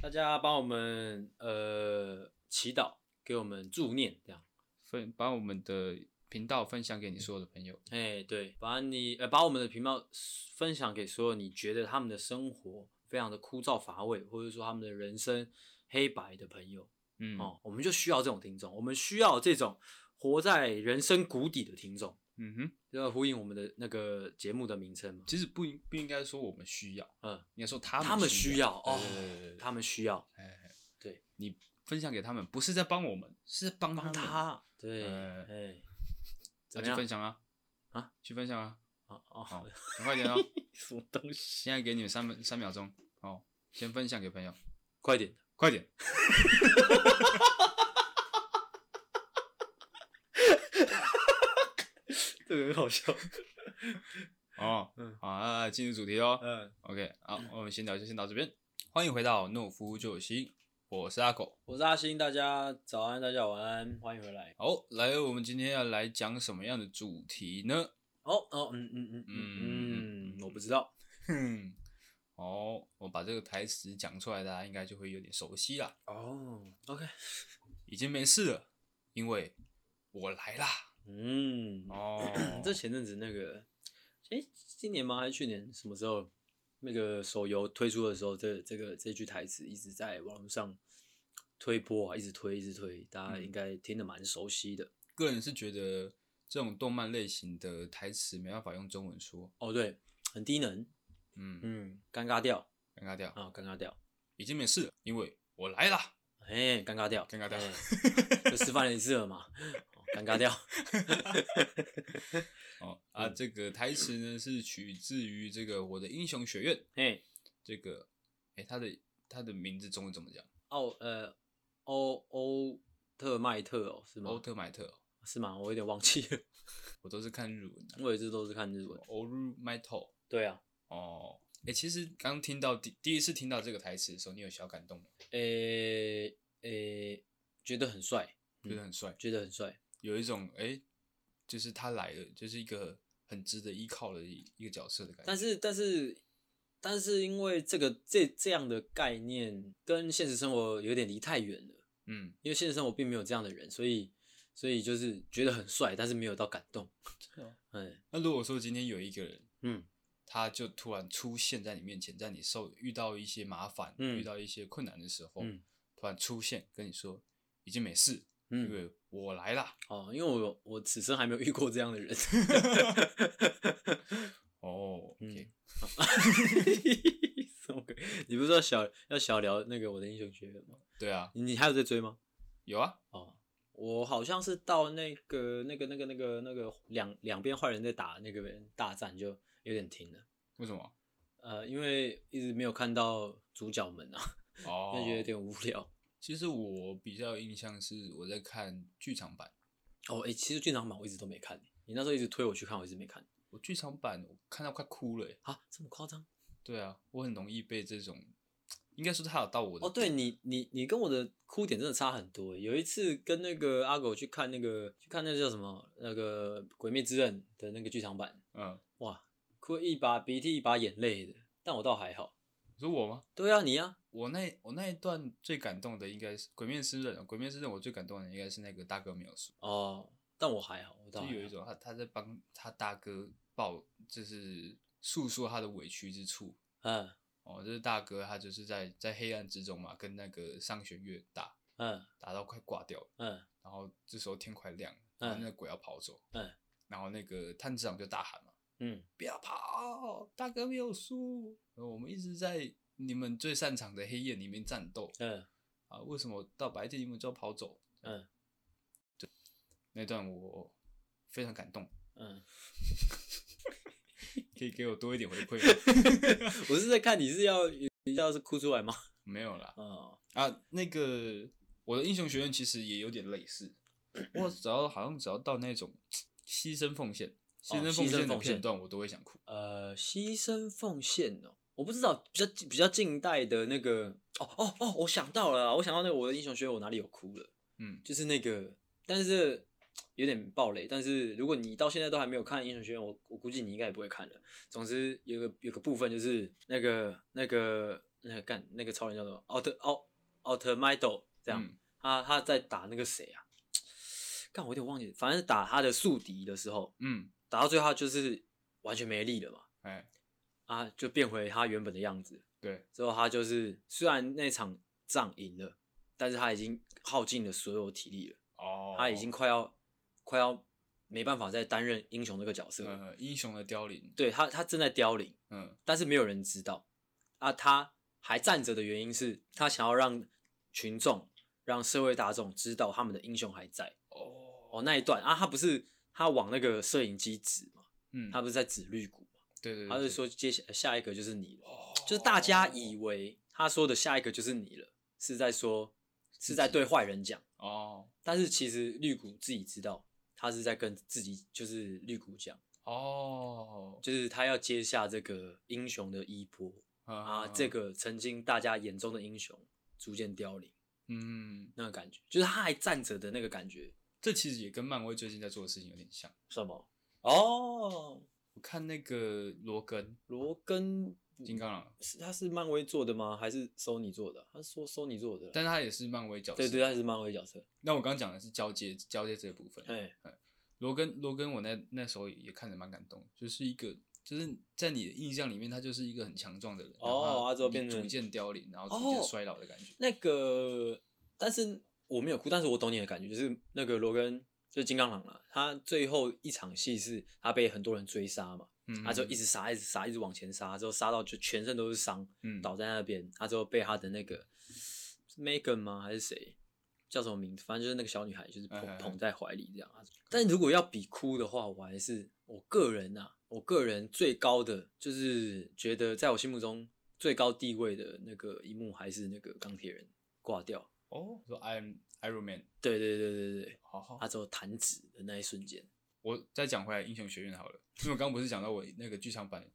S2: 大家帮我们呃祈祷，给我们助念这样。
S1: 分把我们的频道分享给你所有的朋友。
S2: 哎、对，把你呃把我们的频道分享给所有你觉得他们的生活非常的枯燥乏味，或者说他们的人生黑白的朋友
S1: 嗯，
S2: 哦，我们就需要这种听众，我们需要这种活在人生谷底的听众，
S1: 嗯哼，
S2: 这个呼应我们的那个节目的名称嘛，
S1: 其实不应不应该说我们需要，
S2: 嗯，
S1: 应该说他们
S2: 他们
S1: 需
S2: 需要哦
S1: 对对对对，对
S2: 他们需要
S1: 哎哎
S2: 对
S1: 你分享给他们，不是在帮我们，是在帮
S2: 帮
S1: 他们，
S2: 他，对，
S1: 呃
S2: 哎、
S1: 那
S2: 怎么
S1: 去
S2: 样
S1: 分享啊
S2: 啊，
S1: 去分享
S2: *laughs*
S1: 啊，
S2: 哦哦
S1: 好，很快点哦，
S2: 什么东西？
S1: 现在给你们三分三秒钟，哦，先分享给朋友，
S2: 快点，
S1: 快点，
S2: 这个很好笑，
S1: 哦，
S2: 嗯
S1: 好，啊，进入主题哦
S2: 嗯，
S1: ，OK，好，我们先聊就先到这边，欢迎回到懦夫救星，我是阿狗。
S2: *laughs* 我是阿星，大家早安，大家晚安，欢迎回来。
S1: 好，来，我们今天要来讲什么样的主题呢？
S2: 哦哦，嗯嗯嗯
S1: 嗯
S2: 嗯嗯，我不知道。
S1: 哼，哦，我把这个台词讲出来，大家应该就会有点熟悉啦，
S2: 哦，OK，
S1: 已经没事了，因为我来啦。
S2: 嗯，
S1: 哦 *clears throat*
S2: *clears throat* 这前阵子那个，哎，今年吗？还是去年？什么时候？那个手游推出的时候，这这个这句台词一直在网络上推波啊，一直推，一直推，大家
S1: 嗯
S2: 应该听得蛮熟悉的。
S1: 个人是觉得这种动漫类型的台词没办法用中文说，
S2: 哦，对，很低能，
S1: 嗯，
S2: 嗯，尴尬掉
S1: 尴尬掉，
S2: 啊、尴尬掉，
S1: 已经没事了，因为我来啦。
S2: 哎，尴尬掉，
S1: 尴尬掉
S2: 哎，就示范了一次了嘛，哦尴尬掉，
S1: 哦啊，这个台词呢是取自于这个我的英雄学院，
S2: 嘿，
S1: 这个，哎，他的他的名字中文怎么讲？
S2: 奥呃欧欧特麦特哦，是吗？
S1: 欧特迈特哦，
S2: 是吗？我有点忘记了，
S1: 我都是看日文的、
S2: 我一直都是看日文。
S1: o r u m a t o
S2: 对啊，
S1: 哦，哎、其实刚听到第第一次听到这个台词的时候，你有小感动吗？
S2: 诶、诶、觉得很帅，
S1: 觉得很帅，
S2: 觉得很帅。
S1: 有一种哎、诶就是他来了，就是一个很值得依靠的一一个角色的感觉。
S2: 但是但是但是因为这个这这样的概念跟现实生活有点离太远了，
S1: 嗯，
S2: 因为现实生活并没有这样的人，所以所以就是觉得很帅，但是没有到感动。
S1: 是哦
S2: 嗯
S1: 那如果说今天有一个人，
S2: 嗯，
S1: 他就突然出现在你面前，在你受遇到一些麻烦、
S2: 嗯
S1: 遇到一些困难的时候，
S2: 嗯
S1: 突然出现跟你说已经没事，因
S2: 嗯，
S1: 为我来啦。
S2: 哦，因为我有我此生还没有遇过这样的人。
S1: 哦，OK，、
S2: 嗯什么鬼？你不是说小要小聊那个我的英雄学院吗？
S1: 对啊，
S2: 你还有在追吗？
S1: 有啊，
S2: 哦，我好像是到那个那个那个那个那个两两边坏人在打那个大战就有点停了，
S1: 为什么？
S2: 呃，因为一直没有看到主角们啊， *laughs*
S1: 哦，
S2: 就觉得有点无聊。
S1: 其实我比较有印象是我在看剧场版，
S2: 哦，哎、其实剧场版我一直都没看，你那时候一直推我去看，我一直没看
S1: 我剧场版我看到快哭了、欸。
S2: 啊，这么夸张？
S1: 对啊，我很容易被这种，应该说他有到我的
S2: 哦，对你，你你跟我的哭点真的差很多欸。有一次跟那个阿狗去看那个去看那个叫什么那个《鬼灭之刃》的那个剧场版，
S1: 嗯，
S2: 哇，哭了一把鼻涕一把眼泪的，但我倒还好。
S1: 你说我吗？
S2: 对啊，你啊，
S1: 我那我那一段最感动的应该是《鬼灭之刃》，《鬼灭之刃》我最感动的应该是那个大哥秒叔，
S2: 哦，但我还好，我倒
S1: 就
S2: 还
S1: 有一
S2: 好
S1: 种他他在帮他大哥报，就是诉说他的委屈之处。
S2: 嗯
S1: 哦，就是大哥他就是在在黑暗之中嘛，跟那个上弦月打
S2: 嗯
S1: 打到快挂掉了，
S2: 嗯
S1: 然后这时候天快亮了，
S2: 嗯
S1: 然后那个鬼要跑走，
S2: 嗯，
S1: 然后那个探知长就大喊嘛。
S2: 嗯，
S1: 不要跑，大哥没有输。然后我们一直在你们最擅长的黑夜里面战斗
S2: 嗯
S1: 啊，为什么到白天你们就要跑走？
S2: 嗯
S1: 那段我非常感动， *laughs*
S2: 嗯，
S1: 可以给我多一点回馈吗 *laughs*
S2: 我是在看你是要你要是哭出来吗？
S1: 没有啦
S2: 哦，
S1: 啊，那个我的英雄学院其实也有点类似，我只要好像只要到那种牺牲奉献、牺牲奉
S2: 哦牺牲
S1: 献的
S2: 奉献
S1: 片段，我都会想哭。
S2: 呃，牺牲奉献哦，我不知道比较比较近代的那个，哦哦哦，我想到了啊，我想到那个我的英雄学院我哪里有哭了，
S1: 嗯，
S2: 就是那个，但是有点暴雷，但是如果你到现在都还没有看英雄学院，我我估计你应该也不会看了。总之有个有个部分就是那个那个那个干那个超人叫做奥特奥奥特麦斗这样，
S1: 嗯
S2: 他他在打那个谁啊？干我有点忘记，反正打他的宿敌的时候，
S1: 嗯，
S2: 打到最后他就是完全没力了嘛。
S1: 哎，
S2: 啊，就变回他原本的样子。
S1: 对，
S2: 之后他就是虽然那场仗赢了，但是他已经耗尽了所有体力了，
S1: 哦，
S2: 他已经快要快要没办法再担任英雄这个角色了。
S1: 呃英雄的凋零，
S2: 对他，他正在凋零，
S1: 嗯
S2: 但是没有人知道。啊，他还站着的原因是他想要让群众、让社会大众知道他们的英雄还在。
S1: 哦，
S2: 哦，那一段啊，他不是他往那个摄影机指嘛，
S1: 嗯，
S2: 他不是在指绿谷嘛，
S1: 对对，对
S2: 他就
S1: 对
S2: 说接下下一个就是你了。
S1: 哦
S2: 就是大家以为他说的下一个就是你了，是在说是在对坏人讲，
S1: 哦
S2: 但是其实绿谷自己知道，他是在跟自己就是绿谷讲，
S1: 哦
S2: 就是他要接下这个英雄的衣钵啊，这个曾经大家眼中的英雄逐渐凋零
S1: 嗯，
S2: 那个感觉，就是他还站着的那个感觉。
S1: 这其实也跟漫威最近在做的事情有点像。
S2: 什么？哦，
S1: 我看那个罗根
S2: 罗根
S1: 金刚狼，
S2: 是他是漫威做的吗？还是 Sony 做的？啊他是说 Sony 做的啦，
S1: 但是他也是漫威角色。
S2: 对对，。啊他是漫威角 *laughs* 色。
S1: 那我刚刚讲的是交接交接这个部分。
S2: 哎，
S1: 罗根罗根，我那那时候也看着蛮感动，就是一个就是在你的印象里面，他就是一个很强壮的人，然
S2: 哦
S1: 后
S2: 他之后变成
S1: 逐渐凋零，然后逐渐
S2: 哦
S1: 衰老的感觉。
S2: 那个，但是我没有哭，但是我懂你的感觉，就是那个罗根，就是金刚狼啦，他最后一场戏是他被很多人追杀嘛，
S1: 嗯，
S2: 他就一直杀，一直杀，一直往前杀，之后杀到就全身都是伤，
S1: 嗯
S2: 倒在那边，他之后被他的那个是 Megan 吗？还是谁？叫什么名字？反正就是那个小女孩，就是
S1: 哎哎哎
S2: 捧捧在怀里这样。啊但如果要比哭的话，我还是我个人啊，我个人最高的就是觉得在我心目中最高地位的那个一幕还是那个钢铁人挂掉。
S1: 哦，说 I'm Iron Man，
S2: 对对对对对，
S1: 好好
S2: 他之后弹指的那一瞬间，
S1: 我再讲回来英雄学院好了，因为我刚刚不是讲到我那个剧场版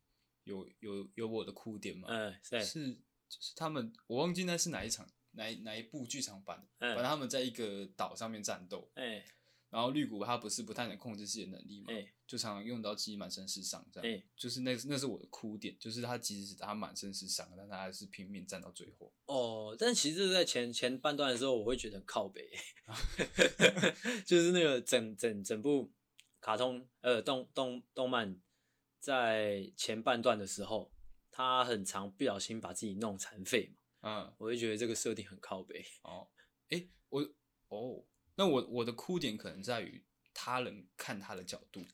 S1: 有有有我的哭点嘛，
S2: 嗯，对，
S1: 哦是就是他们我忘记那是哪一场哪一哪一部剧场版，反正
S2: 嗯，
S1: 他们在一个岛上面战斗，
S2: 哎
S1: 然后绿谷他不是不太能控制自己的能力嘛，
S2: 哎
S1: 就常常用到自己满身是伤这样，
S2: 哎，
S1: 就是那那是我的哭点，就是他即使他满身是伤，但他还是拼命战到最后。
S2: 哦，但其实这在前前半段的时候，我会觉得很靠北， *laughs* 就是那个整整整部卡通呃动动动漫在前半段的时候，他很常不小心把自己弄残废嘛，
S1: 嗯，
S2: 我就觉得这个设定很靠背。
S1: 哦，诶，我哦，那我我的哭点可能在于他人看他的角度。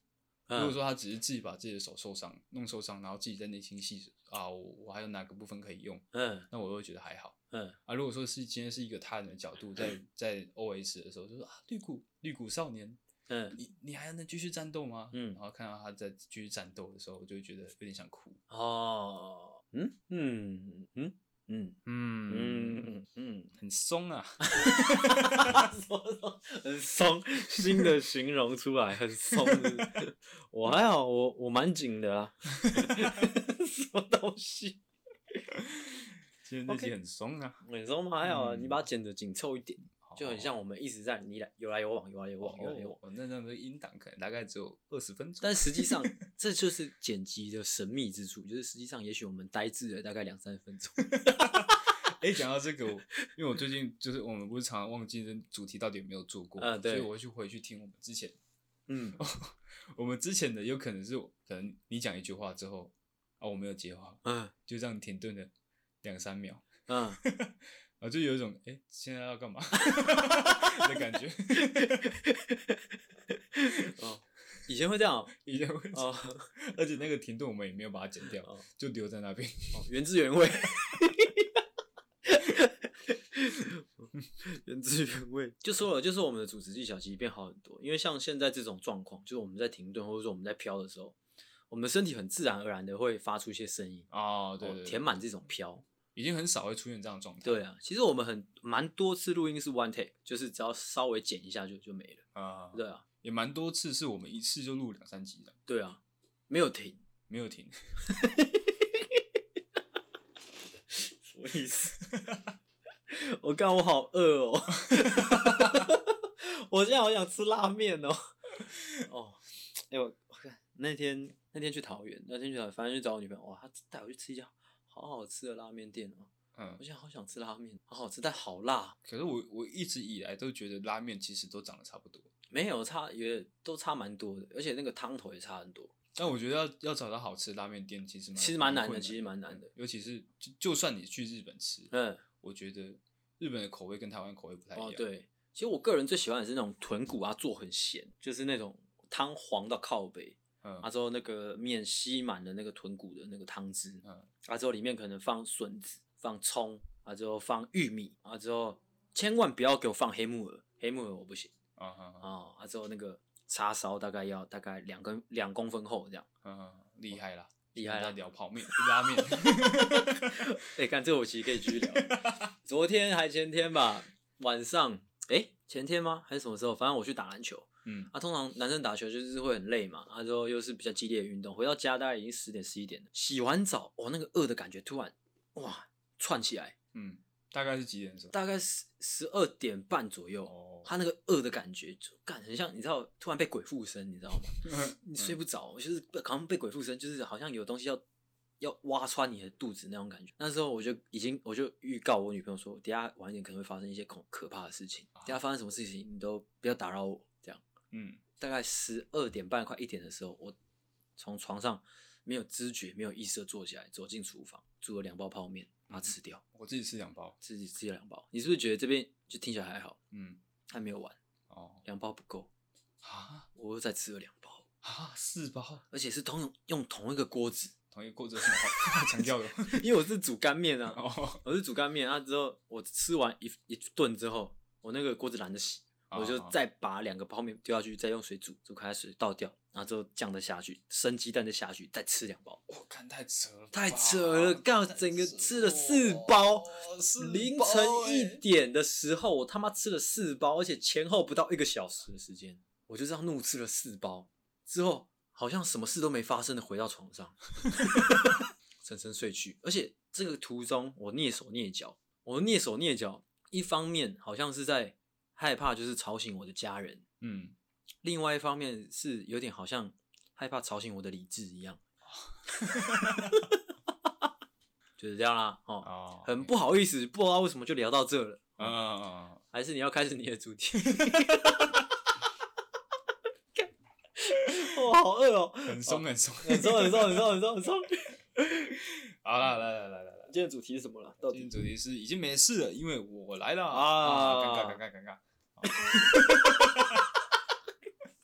S1: 如果
S2: 嗯
S1: 说他只是自己把自己的手受伤、弄受伤，然后自己在内心戏啊，我我还有哪个部分可以用，
S2: 嗯
S1: 那我会觉得还好。
S2: 嗯
S1: 啊，如果说是今天是一个他人的角度在在 OS 的时候，就说啊，绿谷绿谷少年，
S2: 嗯，
S1: 你你还能继续战斗吗？
S2: 嗯
S1: 然后看到他在继续战斗的时候，我就会觉得有点想哭。
S2: 哦，嗯嗯嗯嗯
S1: 嗯，
S2: 嗯嗯嗯，
S1: 很松啊，
S2: *laughs* 很松，新的形容出来很松是不是。我还好，我我蛮紧的啊。什么东西？
S1: 今天这集
S2: OK
S1: 很松啊，
S2: 你说嘛还好啊，你
S1: 嗯
S2: 把它剪得紧凑一点，就很像
S1: 我
S2: 我们一直在你来有来有往，有来有
S1: 哦
S2: 往，有来有往。
S1: 那那个音档可能大概只有二十分钟，
S2: 但实际上， *laughs* 这就是剪辑的神秘之处，就是实际上，也许我们呆滞了大概两三分钟。
S1: 哎，讲到这个，我因为我最近就是我们不是常常忘记这主题到底有没有做过，
S2: 嗯对
S1: 所以我会去回去听我们之前，
S2: 嗯，
S1: 我们之前的有可能是我可能你讲一句话之后啊，我没有接话，
S2: *laughs* 嗯
S1: 就这样停顿了两三秒，
S2: 嗯，
S1: 啊，就有一种哎、诶现在要干嘛 *laughs* 的感觉，
S2: 哦，以前会这样哦
S1: 以前会，
S2: 哦，
S1: 而且那个停顿我们也没有把它剪掉，
S2: 哦
S1: 就留在那边， *laughs*
S2: 哦原汁原味， *laughs* 原汁原味。就说了，就是我们的主持技巧其实变好很多，因为像现在这种状况，就是我们在停顿或者说我们在飘的时候，我们的身体很自然而然的会发出一些声音，
S1: 哦，对
S2: 哦
S1: 对对，
S2: 填满这种飘。
S1: 已经很少会出现这样的状态，
S2: 对啊，其实我们很蛮多次录音是 one take，就是只要稍微剪一下就就没了。
S1: 啊，
S2: 对啊，
S1: 也蛮多次是我们一次就录两三集的，
S2: 对啊，没有停，
S1: 没有停，
S2: 什么意思？ *laughs* 我刚我好饿哦， *laughs* 我现在好想吃拉面哦。哦，哎、我我看那天那天去桃园，那天去桃园，反正去找我女朋友，哇，她带我去吃一家好好吃的拉面店哦。
S1: 嗯
S2: 我，现在好想吃拉面，好好吃，但好辣，
S1: 可是我我一直以来都觉得拉面其实都长得差不多。
S2: 没有差也都差蛮多的，而且那个汤头也差很多。
S1: 但我觉得要要找到好吃的拉面店，其实蛮
S2: 其嗯实蛮难的
S1: 困
S2: 其实蛮难的
S1: 嗯尤其是就就算你去日本吃，
S2: 嗯，
S1: 我觉得日本的口味跟台湾口味不太一样。
S2: 哦，对，其实我个人最喜欢的是那种豚骨啊，做很咸，就是那种汤黄到靠北，
S1: 嗯，
S2: 啊之后那个面吸满了那个豚骨的那个汤汁，
S1: 嗯
S2: 啊之后里面可能放笋子、放葱，啊之后放玉米，啊之后千万不要给我放黑木耳，黑木耳我不行
S1: 啊哈哈，
S2: 啊，啊之后那个叉烧大概要大概两根两公分厚这样，
S1: 嗯嗯，厉害啦，
S2: 哦厉害
S1: 我们
S2: 啦
S1: 在聊泡面、拉面，
S2: 哎、看这个我其实可以继续聊。昨天还前天吧，晚上哎、前天吗？还是什么时候？反正我去打篮球。
S1: 嗯
S2: 啊，通常男生打球就是会很累嘛，啊之后又是比较激烈的运动，回到家大概已经十点十一点了。洗完澡，哇，那个饿的感觉突然哇窜起来，
S1: 嗯，大概是几点钟？
S2: 大概十十二点半左右，
S1: 哦，
S2: 他那个饿的感觉就感很像，你知道，突然被鬼附身，你知道吗？你睡不着，就是被好像被鬼附身，就是好像有东西要要挖穿你的肚子那种感觉。那时候我就已经我就预告我女朋友说，等一下晚一点可能会发生一些恐可怕的事情，等一下发生什么事情你都不要打扰我，这样。
S1: 嗯，
S2: 大概十二点半快一点的时候，我从床上没有知觉、没有意识的坐起来，走进厨房，煮了两包泡面，
S1: 嗯
S2: 把它吃掉，
S1: 我自己吃两包，
S2: 自己吃了两包。你是不是觉得这边就听起来还好，
S1: 嗯，
S2: 还没有完，
S1: 哦，
S2: 两包不够，
S1: 啊
S2: 我又再吃了两包，
S1: 啊，四包，
S2: 而且是同用用同一个锅子， *laughs*
S1: 同一个过程是好 *laughs* 强调的。
S2: 因为我是煮干面啊，
S1: 哦，
S2: 我是煮干面啊。之后我吃完一一顿之后，我那个锅子懒得洗，我就
S1: 啊
S2: 再把两个泡面丢下去，再用水煮，煮开水倒掉，然后之后酱再下去，生鸡蛋再下去，再吃两包。
S1: 我看太扯了吧，
S2: 太扯了干
S1: 太
S2: 整个
S1: 扯
S2: 吃了四包
S1: 哦四
S2: 凌
S1: 包
S2: 晨一
S1: 欸
S2: 点的时候，我他妈吃了四包，而且前后不到一个小时的时间，我就这样怒吃了四包，之后好像什么事都没发生的回到床上， *laughs* 沉沉睡去。而且这个途中，我蹑手蹑脚，我蹑手蹑脚，一方面好像是在害怕，就是吵醒我的家人；，
S1: 嗯，
S2: 另外一方面是有点好像害怕吵醒我的理智一样， *laughs* 就是这样啦。哦，
S1: 哦，
S2: 很不好意思，不知道为什么就聊到这了。
S1: 啊啊啊
S2: 还 *laughs* 是你要开始你的主题？我好饿哦，
S1: 很松很松。
S2: 很松很松很松很松很松。
S1: 好了，来来来来来，
S2: *laughs* 今天的主题是什么了？到
S1: 今
S2: 底
S1: 天主题是已经没事了，因为我来了
S2: 啊
S1: 尴尬尴尬尴尬。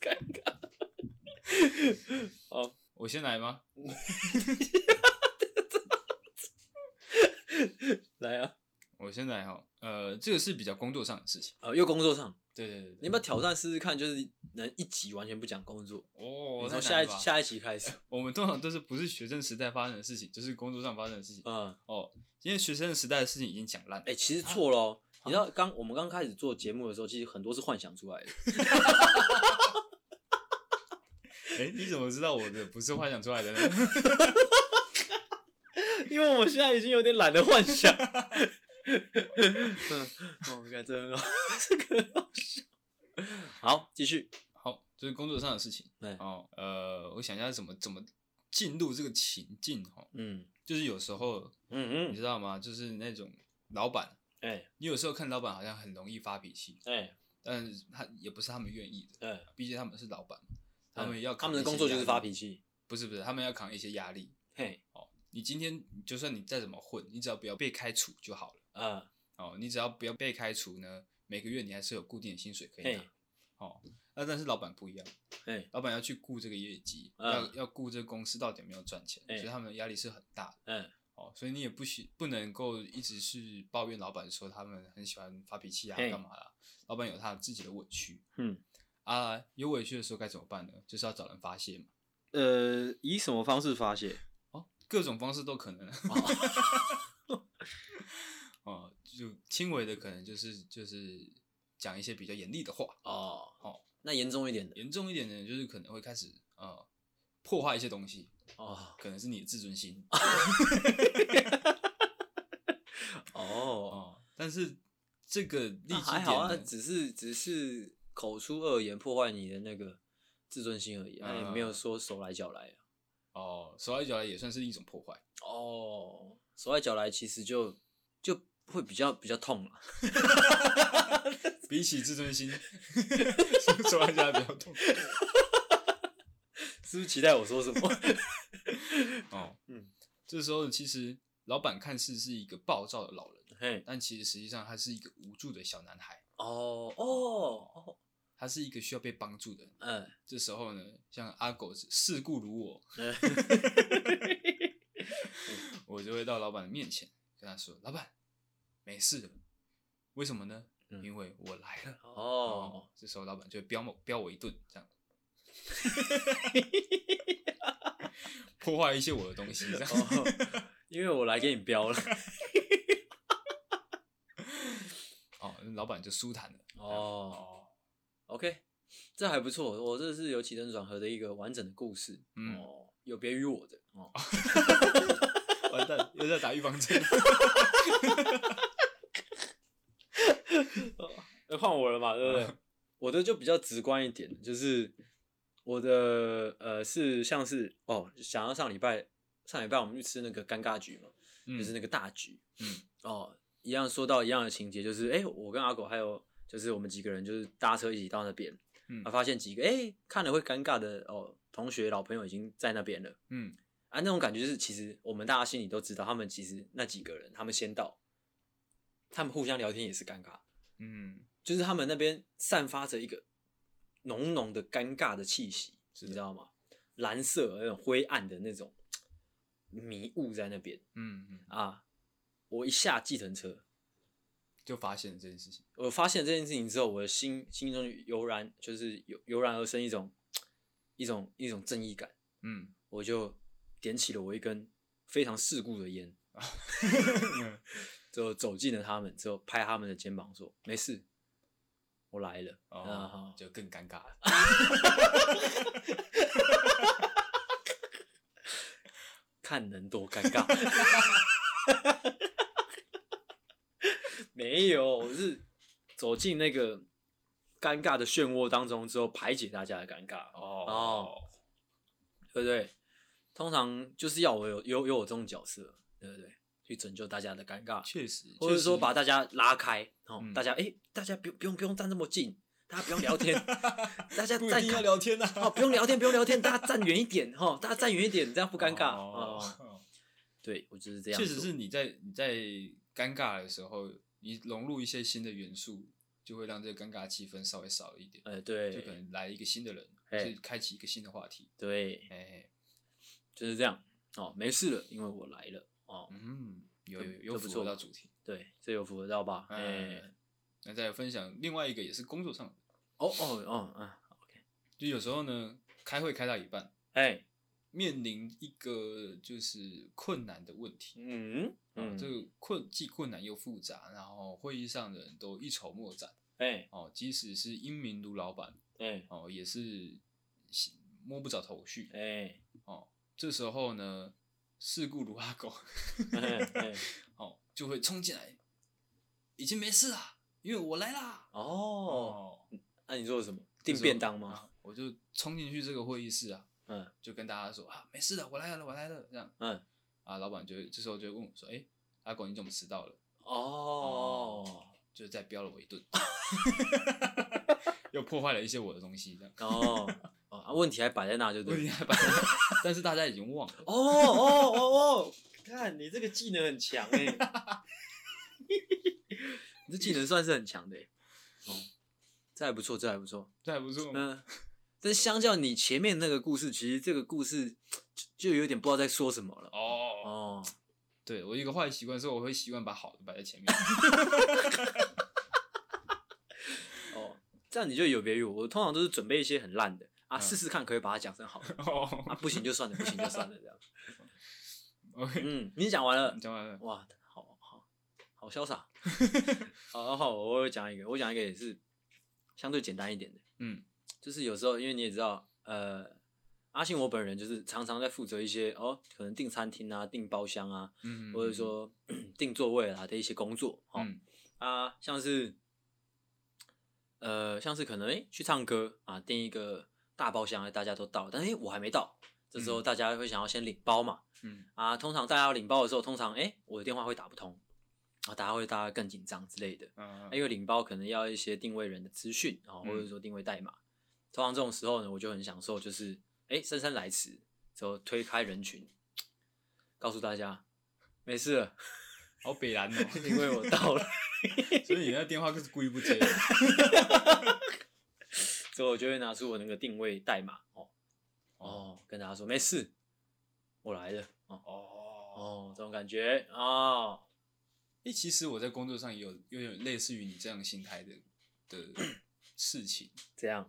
S2: 尴尬。好，
S1: 我先来吗？
S2: 来啊，
S1: 我先来哈。呃，这个是比较工作上的事情。
S2: 呃，又工作上，
S1: 对对对
S2: 你要不要挑战试试看？就是能一集完全不讲工作，
S1: 哦，
S2: 你
S1: 太
S2: 从下
S1: 难
S2: 一
S1: 了吧
S2: 下一集开始。
S1: 我们通常都是不是学生时代发生的事情，就是工作上发生的事情。
S2: 嗯，
S1: 哦，因为学生时代的事情已经讲烂了。
S2: 哎、其实错了哦。
S1: 啊
S2: 你知道刚我们刚开始做节目的时候，其实很多是幻想出来的。
S1: 哎、你怎么知道我的不是幻想出来的呢？ *laughs*
S2: 因为我现在已经有点懒得幻想。 *laughs* 嗯，哦，我感觉真的很好， *laughs* 这个很好笑。好，继续。
S1: 好，就是工作上的事情。
S2: 对
S1: 哦，呃，我想一下怎么怎么进入这个情境哦，
S2: 嗯
S1: 就是有时候
S2: 嗯
S1: 你
S2: 嗯，
S1: 知道吗？就是那种老板，
S2: 哎
S1: 你有时候看老板好像很容易发脾气，
S2: 哎
S1: 但是他也不是他们愿意的，
S2: 哎，
S1: 毕竟他们是老板，他们要
S2: 他
S1: 扛
S2: 们的
S1: 一些
S2: 工作就是
S1: 压力
S2: 发脾，气。
S1: 不是不是，他们要扛一些压力。
S2: 嘿，
S1: 你今天就算你再怎么混，你只要不要被开除就好了。
S2: 啊，
S1: 哦，你只要不要被开除呢，每个月你还是有固定的薪水可以
S2: 嘿
S1: 拿。哦，那但是老板不一样，
S2: 哎
S1: 老板要去顾这个业绩，
S2: 嗯
S1: 要要顾这个公司到底有没有赚钱，
S2: 哎
S1: 所以他们的压力是很大的。
S2: 嗯
S1: 哦，所以你也不喜不能够一直是抱怨老板说他们很喜欢发脾气啊，
S2: 嘿
S1: 干嘛啦？老板有他自己的委屈
S2: 嗯，
S1: 啊，有委屈的时候该怎么办呢？就是要找人发泄嘛。
S2: 呃，以什么方式发泄？
S1: 哦，各种方式都可能。 *laughs* 哦，就轻微的可能就是就是讲一些比较严厉的话，
S2: 哦，
S1: 哦，
S2: 那严重一点的
S1: 严重一点的就是可能会开始呃破坏一些东西，
S2: 哦
S1: 可能是你的自尊心
S2: 哦，
S1: 哦，但是这个利
S2: 那
S1: 己
S2: 还
S1: 点
S2: 好啊，
S1: 呢
S2: 只是只是口出恶言破坏你的那个自尊心而已，那、也没有
S1: 嗯
S2: 说手来脚来啊。
S1: 哦，手来脚来也算是一种破坏。
S2: 哦，手来脚来其实就就会比较比较痛了。 *laughs*
S1: 比起自尊心， *laughs* 手来脚来比较痛。
S2: 是不是期待我说什么？
S1: 哦，
S2: 嗯，
S1: 这时候其实老板看似是一个暴躁的老人，
S2: *laughs* 嘿，
S1: 但其实实际上他是一个无助的小男孩，
S2: 哦哦哦，
S1: 他是一个需要被帮助的人。
S2: 嗯，
S1: 这时候呢，像阿狗事故如 *laughs* 我，我就会到老板的面前跟他说：“老板，没事的，为什么呢？
S2: 嗯
S1: 因为我来了。”
S2: 哦，，
S1: 这时候老板就会彪我彪我一顿，这 *laughs* 样，破坏一些我的东西，这样。
S2: 哦， *laughs* 因为我来给你标 *laughs* 了。
S1: 哦，老板就舒坦了。
S2: 哦，OK，这还不错，我这是有起承转合的一个完整的故事。
S1: 嗯
S2: 哦，有别于我的哦。
S1: 完蛋，又在打预防针。
S2: *laughs*
S1: *laughs*
S2: 那换我了嘛，对不对？ *laughs* 我的就比较直观一点，就是我的呃是像是哦，想要上礼拜上礼拜我们去吃那个尴尬局嘛，
S1: 嗯
S2: 就是那个大局，
S1: 嗯，
S2: 哦，一样说到一样的情节，就是哎、诶我跟阿狗还有就是我们几个人就是搭车一起到那边，
S1: 嗯
S2: 啊，发现几个哎、诶看了会尴尬的哦，同学老朋友已经在那边了
S1: 嗯
S2: 啊，那种感觉就是其实我们大家心里都知道，他们其实那几个人他们先到，他们互相聊天也是尴尬，
S1: 嗯，
S2: 就是他们那边散发着一个浓浓的尴尬的气息，
S1: 是
S2: 你
S1: 的
S2: 知道吗？蓝色那种灰暗的那种迷雾在那边
S1: 嗯嗯，
S2: 啊！我一下计程车，
S1: 就发现了这件事情。
S2: 我发现这件事情之后，我的心心中油然就是油油然而生一种一种一种正义感，
S1: 嗯， *laughs*
S2: 我就点起了我一根非常世故的烟，之后走近了他们，之后拍他们的肩膀说：“没事，我来了。啊
S1: 哦
S2: 哈，
S1: 就更尴尬了。 *laughs*
S2: 看能多尴尬。 *laughs* 没有，我是走进那个尴尬的漩涡当中之后，排解大家的尴尬，
S1: 哦，
S2: 对不对？通常就是要我有有有我这种角色，对不对？去拯救大家的尴尬，
S1: 确实，
S2: 或者
S1: 确实
S2: 说把大家拉开，哦，
S1: 嗯
S2: 大家哎、诶大家不用不用不用站这么近，大家不用聊
S1: *laughs*
S2: 天，大家
S1: 不一
S2: 站
S1: 定要
S2: 开
S1: 聊天呐、啊
S2: 哦，不用聊天，不用聊天，大家站远一点哈，大家站远一点，这 *laughs* 样不尴尬。
S1: 哦
S2: 哦，对我就是这样
S1: 确
S2: 做，
S1: 实是你在你在尴尬的时候，你融入一些新的元素，就会让这个尴尬气氛稍微少一点。
S2: 呃，
S1: 就可
S2: 对
S1: 能来一个新的人，
S2: 哎
S1: 是开启一个新的话题。
S2: 对，
S1: 哎，
S2: 就是这样哦，没事了，因为我来了哦，
S1: 嗯，有
S2: 这
S1: 有有
S2: 这不
S1: 符
S2: 错
S1: 合到主题。
S2: 对，这有符合到吧？哎、
S1: 哎，那再分享另外一个也是工作上的，
S2: 哦哦哦，嗯，
S1: 就有时候呢，开会开到一半，
S2: 哎，
S1: 面临一个就是困难的问题。
S2: 嗯
S1: 嗯，
S2: 嗯，
S1: 这个困既困难又复杂，然后会议上的人都一筹莫展
S2: 哎
S1: 哦。即使是英明如老板
S2: 哎
S1: 哦，也是摸不着头绪
S2: 哎
S1: 哦。这时候呢，事故如阿狗，
S2: 哎哎，
S1: 哦，就会冲进来，已经没事啦，因为我来啦。
S2: 哦，
S1: 哦，
S2: 那、你做了什么？
S1: 这
S2: 订
S1: 时候
S2: 便当吗？
S1: 啊我就冲进去这个会议室啊，
S2: 嗯
S1: 就跟大家说啊，没事的，我来了，我来了，这样
S2: 嗯，
S1: 啊，老板就会这时候就会问我说，哎、阿广你怎么迟到了？
S2: 哦
S1: 就再飙了我一顿，又破坏了一些我的东西，这样
S2: 哦哦，啊，问题还摆在那就
S1: 我
S2: 对
S1: 已经。
S2: 了
S1: 害怕，但是大家已经忘了。
S2: 哦哦哦哦，看你这个技能很强哎、你这技能算是很强的、欸，哦，这还不错，这还不错，
S1: 这还不错吗？
S2: 嗯，但是相较你前面那个故事，其实这个故事就有点不知道在说什么了。
S1: 哦，
S2: 哦，
S1: 对我一个坏习惯是，我会习惯把好的摆在前面。 *laughs*
S2: 哦，这样你就有别于我。我通常都是准备一些很烂的啊，
S1: 嗯
S2: 试试看可不可以把它讲成好的
S1: 哦
S2: 啊，不行就算了，不行就算了这
S1: *laughs*
S2: 样。
S1: ，OK，
S2: 嗯，你讲完了
S1: 你，讲完了。
S2: 哇，好好好
S1: *laughs*
S2: 潇洒。好好，我有讲一个，我讲一个也是相对简单一点的，
S1: 嗯，
S2: 就是有时候因为你也知道，呃，阿信我本人就是常常在负责一些哦，可能订餐厅啊、订包厢啊，
S1: 嗯，
S2: 或者说 *clears throat* 订座位啊的一些工作，哦，
S1: 嗯，
S2: 啊，像是呃，像是可能哎、诶去唱歌啊，订一个大包厢，大家都到了，但哎、诶我还没到，这时候
S1: 嗯
S2: 大家会想要先领包嘛，
S1: 嗯
S2: 啊，通常大家要领包的时候，通常哎、诶我的电话会打不通，啊，大家会大家更紧张之类的，
S1: 嗯，
S2: 啊因为领包可能要一些定位人的资讯啊，或者说定位代码，通常这种时候呢，我就很享受就是哎、诶姗姗来迟之后推开人群，告诉大家没事了，
S1: 好北蓝哦，
S2: *laughs* 因为我到了。
S1: 所以你那电话就是故意不接的。
S2: 之后我就会拿出我那个定位代码哦
S1: 哦
S2: 哦，跟大家说没事，我来了哦
S1: 哦，
S2: 哦，这种感觉哦，
S1: 哎，其实我在工作上也有有点类似于你这样心态的的事情，
S2: 这样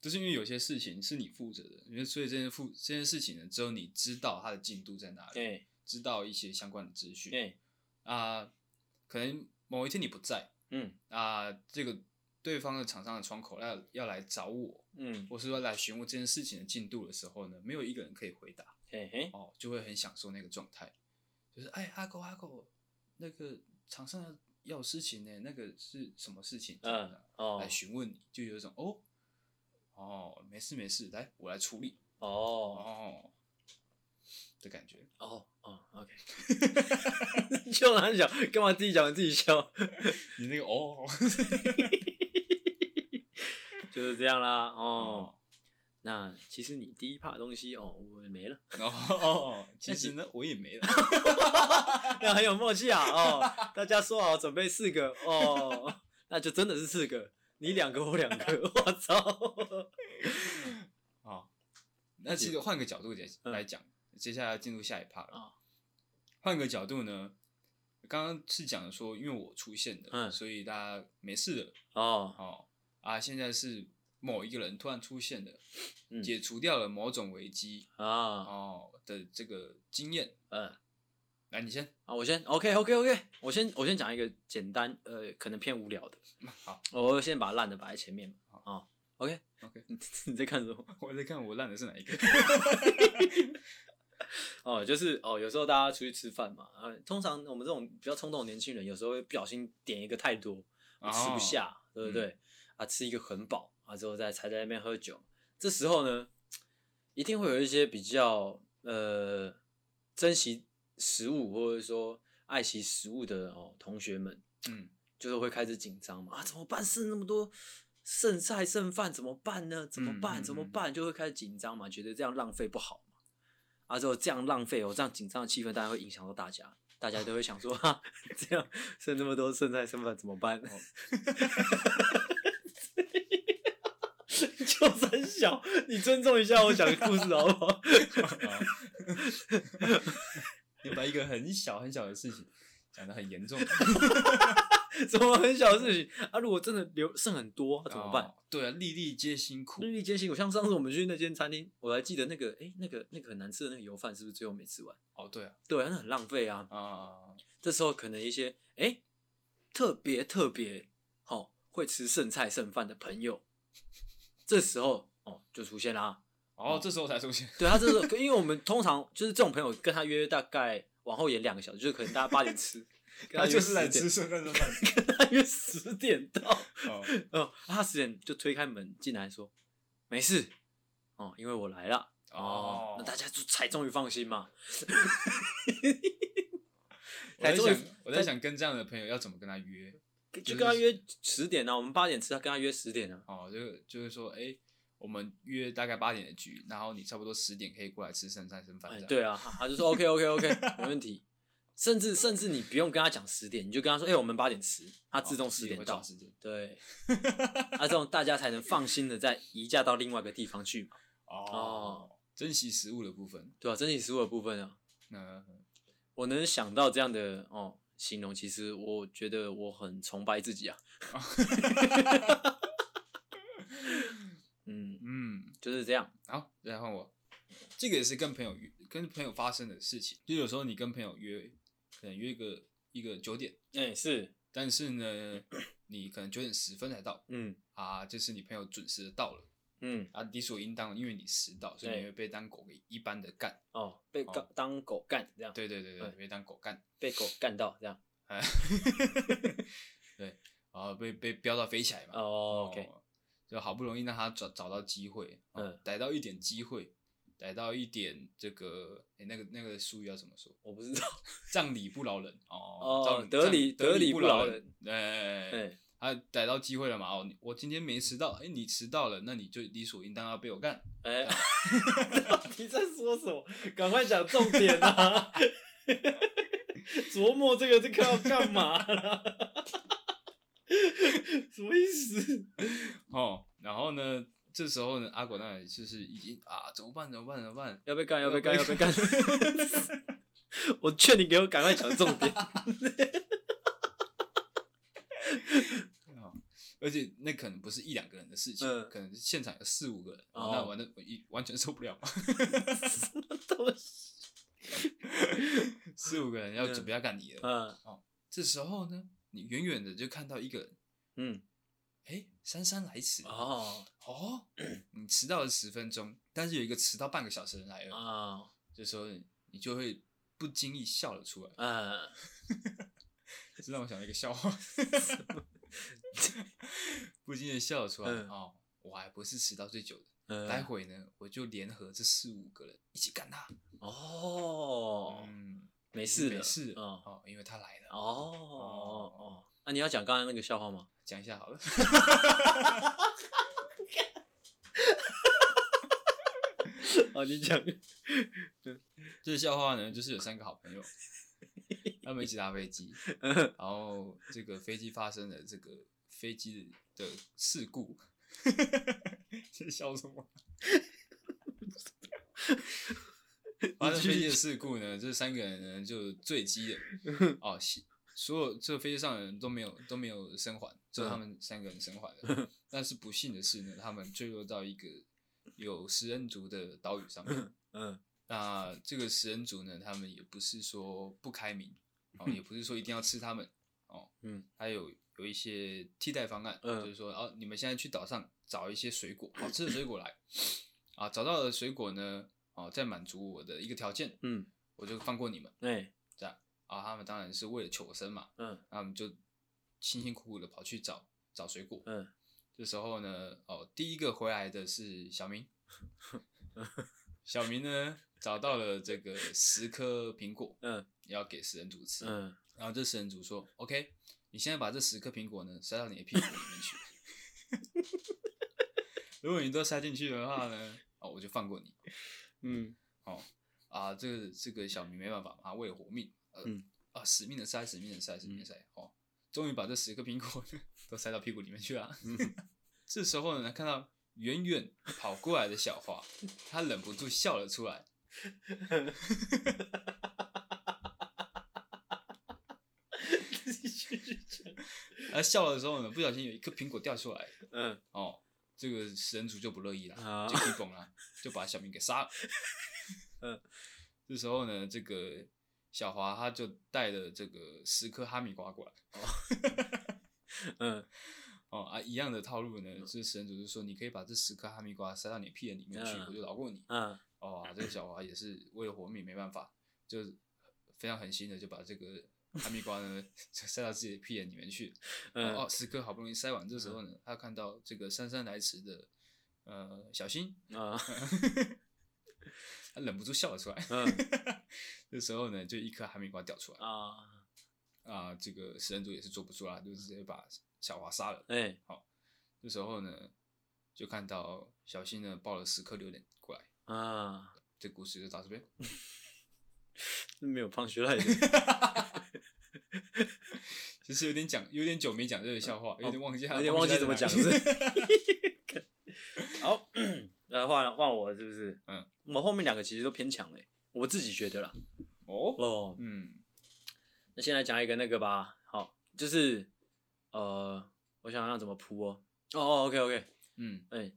S1: 就是因为有些事情是你负责的，因为所以这件负这件事情呢，只有你知道它的进度在哪里，
S2: 哎
S1: 知道一些相关的资讯
S2: 哎
S1: 啊，可能某一天你不在
S2: 嗯
S1: 啊，这个对方的厂商的窗口要要来找我，
S2: 嗯
S1: 或是说来询问这件事情的进度的时候呢，没有一个人可以回答。
S2: 嘿嘿
S1: 哦，就会很享受那个状态，就是哎，阿狗阿狗，那个场上要要有事情呢，那个是什么事情？
S2: 嗯哦
S1: 来询问你，就有一种哦，哦，没事没事，来我来处理
S2: 哦
S1: 哦的感觉。
S2: 哦哦，OK，就很想干嘛自己讲自己笑， *laughs*
S1: 你那个哦
S2: 就是这样啦哦。那其实你第一趴的东西哦，我没了， *laughs*
S1: 哦哦，其实呢我也没了，
S2: 那很有默契啊 *laughs* 哦，大家说好准备四个哦， *laughs* 那就真的是四个，你两个我两个， *laughs* 我操！
S1: 哦，那其实换个角度来
S2: 嗯
S1: 来讲，接下来进入下一趴
S2: 啊
S1: 了。换个角度呢，刚刚是讲的说，因为我出现的，
S2: 嗯
S1: 所以大家没事了。
S2: 哦，
S1: 哦啊，现在是某一个人突然出现的，
S2: 嗯
S1: 解除掉了某种危机
S2: 啊，
S1: 哦的这个经验。
S2: 嗯，
S1: 来，你先，
S2: 啊，我先 OK OK OK，我先我先讲一个简单，呃，可能偏无聊的，
S1: 好
S2: 我先把烂的摆在前面嘛。啊，OK
S1: ，OK，
S2: *laughs* 你在看什么？
S1: 我在看我烂的是哪一个。 *laughs*
S2: 哦，就是哦，有时候大家出去吃饭嘛，啊，通常我们这种比较冲动的年轻人，有时候会不小心点一个太多，吃
S1: 哦
S2: 不下，对不对？
S1: 嗯
S2: 啊，吃一个很饱啊，之后再才在那边喝酒。这时候呢，一定会有一些比较呃珍惜食物或者说爱惜食物的哦同学们，
S1: 嗯，
S2: 就是会开始紧张嘛啊，怎么办？剩那么多剩菜剩饭怎么办呢？怎么办？
S1: 嗯嗯
S2: 怎么
S1: 嗯
S2: 办？就会开始紧张嘛，觉得这样浪费不好嘛。啊，之后这样浪费哦，这样紧张的气氛，当然会影响到大家，大家都会想说， *laughs* 哈，这样剩这么多剩菜剩饭怎么办？ *laughs* 就很小，你尊重一下我讲的故事好
S1: *laughs*
S2: 不好？ *laughs*
S1: 好你把一个很小很小的事情讲得很严重，
S2: 哦怎么很小的事情啊？如果真的留剩很多、怎么办？
S1: 哦对啊，粒粒皆辛苦
S2: 粒。粒皆辛苦。像上次我们去那间餐厅，我还记得那个，哎、那个那个很难吃的那个油饭，是不是最后没吃完？
S1: 哦，对啊，
S2: 对啊，那很浪费啊。
S1: 啊，
S2: 这时候可能一些哎、诶特别特别好、哦、会吃剩菜剩饭的朋友，这时候哦就出现啦、
S1: 哦，这时候才出现。
S2: 对他这时候， *laughs* 可因为我们通常就是这种朋友跟他约大概往后延两个小时，就是可能大家八点吃，跟
S1: 他
S2: 约
S1: 就是
S2: 10
S1: 来
S2: 点
S1: 吃，剩饭剩
S2: *laughs*
S1: 饭。
S2: 跟他约十点到。 *laughs*
S1: 哦，
S2: 哦，他十点就推开门进来说：“没事，哦，因为我来了。”哦
S1: 哦，
S2: 那大家就才终于放心嘛。
S1: *laughs* 我在
S2: 才终于
S1: 想，我在想跟这样的朋友要怎么跟他约。
S2: 就跟他约十点啊，我们八点吃，他跟他约十点啊。
S1: 哦，就就是说，哎、我们约大概八点的局，然后你差不多十点可以过来吃剩菜剩饭
S2: 哎
S1: 这，样。
S2: 对啊，他他就说 OK OK
S1: *laughs*
S2: OK，没问题。甚至甚至你不用跟他讲十点，你就跟他说：“哎、我们八点吃。”他
S1: 哦，
S2: 自动
S1: 自
S2: 十
S1: 己
S2: 点
S1: 会
S2: 到
S1: 找。时间。
S2: 对， *laughs* 啊，这种大家才能放心的再移驾到另外一个地方去嘛，哦
S1: 哦，珍惜食物的部分，
S2: 对吧、珍惜食物的部分啊，
S1: 那
S2: 我能想到这样的哦形容，其实我觉得我很崇拜自己啊。 *laughs* 嗯，
S1: 嗯，
S2: 就是这样。
S1: 好，再来换我。这个也是跟朋友约，跟朋友发生的事情。就有时候你跟朋友约，可能约个一个九点，
S2: 哎、是，
S1: 但是呢，你可能九点十分才到
S2: 嗯
S1: 啊，就是你朋友准时的到了
S2: 嗯，
S1: 啊，理所应当，因为你迟到，所以
S2: 对
S1: 你会被当狗给一般的干。
S2: 哦，被
S1: 哦
S2: 干、当狗干这样，
S1: 对对对对，
S2: 对
S1: 被当狗干。
S2: 被狗干到这样。
S1: 哎， *laughs* 对，然后被被飙到飞起来嘛。
S2: 哦，OK，
S1: 就好不容易让他找找到机会，哦
S2: 嗯，
S1: 逮到一点机会，逮到一点这个，哎、那个那个术语要怎么说？
S2: 我不知道。
S1: 葬礼不饶人
S2: 哦
S1: 哦，葬礼
S2: 得
S1: 葬
S2: 理得
S1: 得
S2: 理
S1: 理
S2: 不饶
S1: 饶
S2: 人，
S1: 哎、
S2: 哎、
S1: 他逮到机会了嘛？哦，你我今天没迟到，哎、你迟到了，那你就理所应当要被我干。
S2: 哎，到底在说什么？赶快讲重点 *laughs* 啊！琢磨这个这个要干嘛啦？什么意思？
S1: 哦，然后呢，这时候呢，阿果那里就是已经啊，怎么办？怎么办？怎么办？
S2: 要被干，要被干，要被干！ *laughs* 我劝你给我赶快讲重 *laughs* 点。
S1: 哦而且那可能不是一两个人的事情，
S2: 嗯
S1: 可能现场有四五个人，
S2: 哦
S1: 那完的一完全受不了，
S2: *laughs* 什么东西？
S1: *laughs* 四五个人要
S2: 嗯
S1: 准备要干你了。
S2: 嗯
S1: 这时候呢，你远远的就看到一个人，
S2: 嗯，
S1: 哎，姗姗来迟
S2: 哦
S1: 哦，你迟到了十分钟，但是有一个迟到半个小时的人来了，
S2: 啊
S1: 这时候你就会不经意笑了
S2: *laughs*
S1: 出来，
S2: 嗯，
S1: 这让我想到一个笑
S2: *laughs*
S1: 话，不经意笑了出来、
S2: 嗯
S1: 哦，我还不是迟到最久的，待
S2: 嗯
S1: 会呢，我就联合这四五个人一起干他。
S2: 哦，
S1: 嗯，
S2: 没事的，
S1: 没事，
S2: 嗯
S1: 哦，因为他来了，
S2: 哦哦哦，那你要讲刚才那个笑话吗？
S1: 讲一下好了。
S2: *laughs* 哦，你讲。
S1: 这个笑话呢，就是有三个好朋友，他们一起搭飞机，然后这个飞机发生了这个飞机的事故， *laughs* 这笑什么？
S2: *laughs*
S1: 发生飞机的事故呢，这三个人呢就坠机
S2: *laughs*
S1: 了，哦，西所有这个飞机上的人都没有都没有生
S2: *laughs*
S1: 还，只有他们三个人生还了。但是不幸的是呢，他们坠落到一个有食人族的岛屿上面。
S2: *laughs* 嗯
S1: 那这个食人族呢，他们也不是说不开明，哦，也不是说一定要吃他们，哦，
S2: 嗯，
S1: 还有有一些替代方案，
S2: 嗯
S1: 就是说，哦，你们现在去岛上找一些水果，好吃的水果来，啊，找到了水果呢，哦，再满足我的一个条件，
S2: 嗯，
S1: 我就放过你们，
S2: 哎、
S1: 这样，啊，他们当然是为了求生嘛，
S2: 嗯
S1: 那我们就辛辛苦苦的跑去找找水果，
S2: 嗯，
S1: 这时候呢，哦，第一个回来的是小
S2: *laughs*
S1: 明，小明呢找到了这个十颗苹果，
S2: 嗯
S1: 要给食人族吃，
S2: 嗯，
S1: 然后这食人族说，OK，你现在把这十颗苹果呢塞到你的屁股里面去， *laughs* 如果你都塞进去的话呢，哦，我就放过你。
S2: 嗯，
S1: 哦，啊，这个这个小明没办法嘛，他为了活命，呃、
S2: 嗯
S1: 啊，死命的塞，死命的塞，死命的塞，哦，终于把这十个苹果 *laughs* 都塞到屁股里面去了。
S2: 嗯
S1: *laughs* 这时候呢，看到远远跑过来的小花，他忍不住笑了出
S2: *laughs*
S1: 来。 *laughs*
S2: 继续讲。
S1: 他笑的时候呢，不小心有一颗苹果掉出来，
S2: 嗯
S1: 哦，这个神族就不乐意了，
S2: 啊
S1: 就逼拱了，就把小明给
S2: *laughs*
S1: 杀了。
S2: 嗯，
S1: 这时候呢，这个小华他就带了这个十颗哈密瓜过来。
S2: 嗯
S1: 哦啊，一样的套路呢，这神族就说你可以把这十颗哈密瓜塞到你的屁眼里面去，
S2: 嗯
S1: 我就饶过你。
S2: 嗯
S1: 哦、啊，这个小华也是为了活命没办法，就非常狠心的就把这个哈密瓜
S2: *laughs*
S1: 呢就塞到自己的屁眼里面去。哦，
S2: 嗯
S1: 十颗好不容易塞完，这时候呢，他看到这个姗姗来迟的呃小新，
S2: 啊
S1: 他忍不住笑了出来。
S2: 嗯
S1: 这时候呢，就一颗哈密瓜掉出来
S2: 啊！
S1: 啊，这个食人族也是做不住啦，就直接把小华杀了。
S2: 哎
S1: 这时候呢，就看到小新呢抱了十颗榴莲过来。
S2: 啊，
S1: 这故事就到这边。
S2: 没有胖学来的。 *laughs*
S1: 其实有点讲，有点久没讲这个笑话，有点忘记他，
S2: 有点忘记怎么讲是 *laughs*
S1: 忘记他在哪里
S2: 好， *clears throat* 来换换我是不是？
S1: 嗯，
S2: 我们后面两个其实都偏强嘞，我自己觉得啦。
S1: 哦，
S2: 哦，
S1: 嗯，
S2: 那先来讲一个那个吧。好，就是呃，我想想怎么铺哦。哦哦，OK OK，
S1: 嗯
S2: 哎、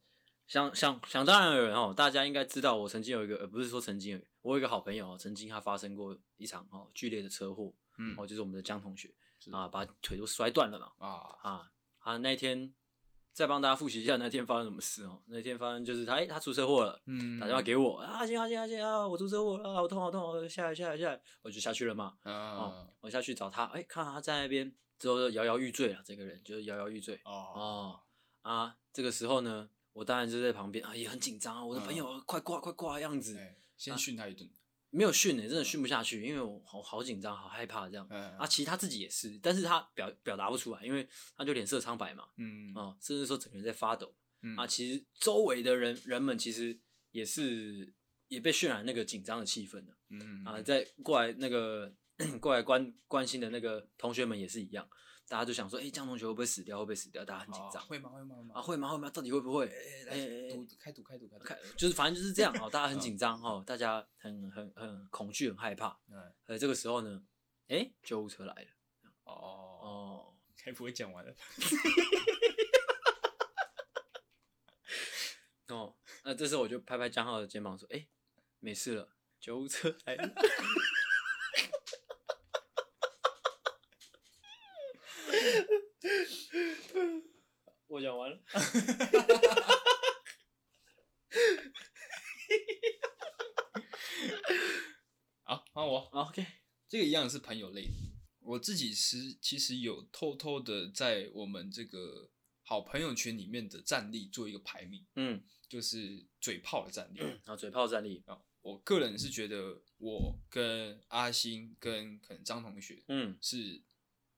S2: 想想想当然了哦，大家应该知道，我曾经有一个，呃，不是说曾经有一个，我有一个好朋友哦，曾经他发生过一场哦剧烈的车祸，
S1: 嗯
S2: 哦，就是我们的江同学
S1: 是
S2: 啊，把腿都摔断了嘛。
S1: 啊，
S2: 啊，他那天再帮大家复习一下那天发生什么事哦。那天发生就是他，哎、他出车祸了，
S1: 嗯，
S2: 打电话给我啊，阿信阿信阿信啊，我出车祸了，啊我痛好痛好，下来下来下来，我就下去了嘛。
S1: 啊
S2: 我下去找他，哎、看到他在那边之后就摇摇欲坠了，这个人就是摇摇欲坠。
S1: 哦，
S2: 哦啊，这个时候呢，我当然就在旁边啊，也很紧张啊，我的朋
S1: 嗯
S2: 友快挂快挂的样子，
S1: 哎，先训他一顿，
S2: 没有训呢、欸真的训不下去，因为我好好紧张，好害怕这样。
S1: 嗯
S2: 啊，其实他自己也是，但是他表表达不出来，因为他就脸色苍白嘛，
S1: 嗯
S2: 啊、甚至说整个人在发抖。
S1: 嗯
S2: 啊，其实周围的人人们其实也是也被渲染那个紧张的气氛的
S1: 嗯
S2: 啊，在过来那个过来关关心的那个同学们也是一样，大家就想说，哎、江同学会不会死掉？会不会死掉？大家很紧
S1: 哦
S2: 张
S1: 会吗？会吗？会吗
S2: 啊，会吗？会吗？到底会不会？哎
S1: 来
S2: 哎哎
S1: 赌开赌开赌开赌，
S2: 看，就是反正就是这样哦，大家很紧张哦，大家很很很恐惧，很害怕。
S1: 嗯
S2: 呃，这个时候呢，哎、救护车来了
S1: 哦，
S2: 哦，
S1: 该不会讲完了吧？
S2: 哦，那这时候我就拍拍江浩的肩膀说：“哎、没事了，救护车来了。”我讲完了。
S1: 好，换我，
S2: OK，
S1: 这个一样是朋友类的。我自己是其实有偷偷的在我们这个好朋友圈里面的战力做一个排名，
S2: 嗯，
S1: 就是嘴炮的战力。
S2: 然后嘴炮嗯站立，
S1: 啊，我个人是觉得我跟阿星跟可能张同学
S2: 嗯，
S1: 是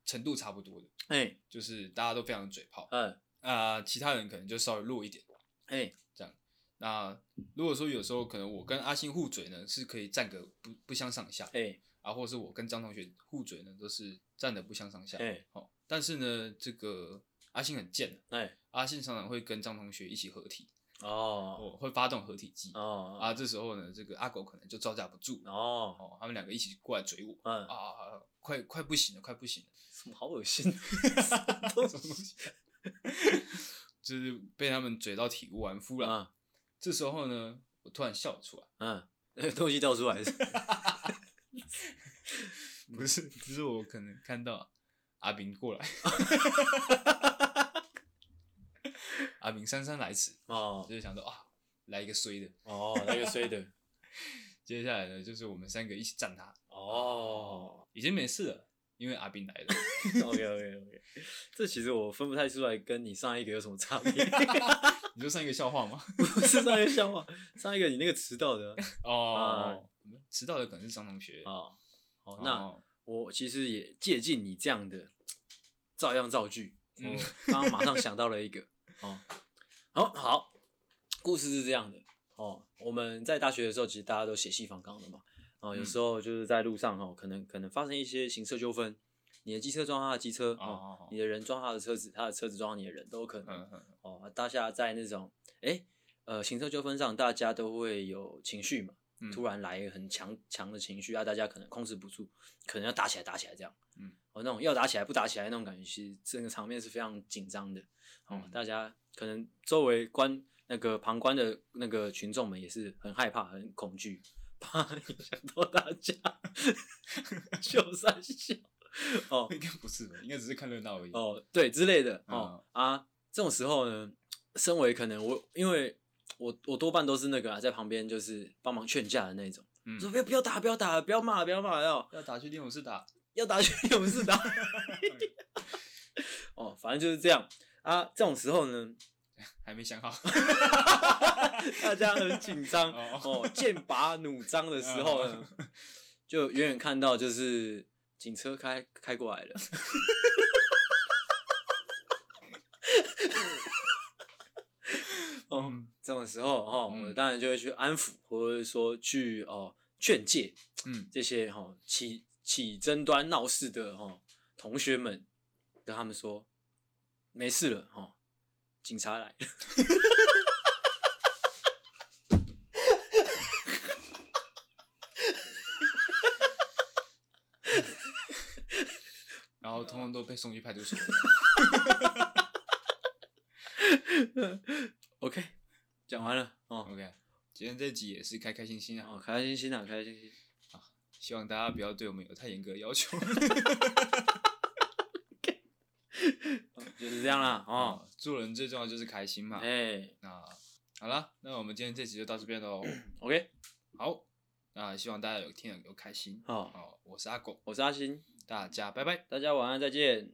S1: 程度差不多的，
S2: 哎、
S1: 就是大家都非常嘴炮
S2: 嗯，
S1: 啊、其他人可能就稍微弱一点。
S2: 哎、
S1: 那如果说有时候可能我跟阿星互嘴呢，是可以站个不不相上下
S2: 哎、
S1: 啊，或者是我跟张同学互嘴呢，都是站的不相上下。
S2: 哎
S1: 哦，但是呢，这个阿星很贱，啊
S2: 哎、
S1: 阿星常常会跟张同学一起合体，
S2: 哦，
S1: 哦，会发动合体技
S2: 哦，哦，
S1: 啊，这时候呢，这个阿狗可能就招架不住，
S2: 哦，
S1: 哦，他们两个一起过来追我，
S2: 嗯，
S1: 啊啊啊，快快不行了，快不行了，
S2: 什么好恶心，什么东
S1: 什么东
S2: 西
S1: 西？ *laughs* 就是被他们追到体无完肤了。
S2: 啊？
S1: 这时候呢，我突然笑出来，
S2: 嗯，那个东西掉出来是， *laughs* 嗯
S1: 不是，就是我可能看到阿明过
S2: *laughs*
S1: 来，阿明姗姗来迟，
S2: 哦
S1: 就想到啊，来一个衰的。
S2: 哦，那个衰的，
S1: 接下来呢，就是我们三个一起站他，
S2: *laughs* 哦
S1: 已经没事了，因为阿明来了。
S2: *laughs* ，OK OK *laughs* OK，这其实我分不太出来跟你上一个有什么差别， *laughs*
S1: 你就上一个笑话吗？
S2: 不是上一个笑话，上一个你那个迟到的啊
S1: 哦，迟到的可能是张同学。
S2: 哦，好
S1: 哦，
S2: 那我其实也借鉴你这样的照样造句，哦
S1: 嗯
S2: 我刚刚马上想到了一个，哦，好好，故事是这样的哦。我们在大学的时候，其实大家都血气方刚的嘛。哦，
S1: 嗯
S2: 有时候就是在路上哦，可能可能发生一些行车纠纷，你的机车撞他的机车，
S1: 哦哦
S2: 哦
S1: 哦，
S2: 你的人撞他的车子，他的车子撞你的人都有可能。
S1: 嗯嗯，
S2: 哦，大家在那种哎、诶呃行车纠纷上，大家都会有情绪嘛，
S1: 嗯
S2: 突然来一个很强强的情绪啊，大家可能控制不住，可能要打起来，打起来这样，
S1: 嗯，
S2: 哦那种要打起来不打起来那种感觉，其实整个场面是非常紧张的，哦，
S1: 嗯
S2: 大家可能周围观那个旁观的那个群众们也是很害怕，很恐惧，怕影 *laughs* 响到大家，秀三笑。哦，
S1: 应该不是吧？应该只是看热闹而已。
S2: 哦，对之类的
S1: 嗯
S2: 哦、啊，这种时候呢，身为可能我因为我我多半都是那个啊，在旁边就是帮忙劝架的那种，
S1: 嗯
S2: 说不要不要打不要打不要骂不要骂要
S1: 要打去练武室打，
S2: 要打去勇士打 *laughs* 哦，反正就是这样啊。这种时候呢，
S1: 还没想
S2: *laughs*
S1: 好。
S2: 大家很紧张
S1: 哦嗯
S2: 哦，剑拔弩张的时候呢，就远远看到就是警车开开过来了。哦，
S1: 嗯
S2: 这种时候哦，
S1: 嗯
S2: 我当然就会去安抚，或者说去哦劝诫
S1: 嗯
S2: 这些哦起起争端闹事的哦同学们，跟他们说没事了哦，警察来了。
S1: 然后通通都被送去派出所。
S2: OK，讲完了哦，
S1: OK，今天这集也是开开心心啊，
S2: 哦，开开心心啊，开开心心。
S1: 希望大家不要对我们有太严格的要求。
S2: 就是这样啦，
S1: *laughs*
S2: 哦，
S1: 啊，做人最重要就是开心嘛。
S2: 哎
S1: 那好了，那我们今天这集就到这边
S2: *coughs*
S1: 喽。
S2: ，OK，
S1: 好，那希望大家有听得有开心。
S2: 好，
S1: 好，我是阿狗，
S2: 我是阿星，
S1: 大家拜拜。
S2: 大家晚安，再见。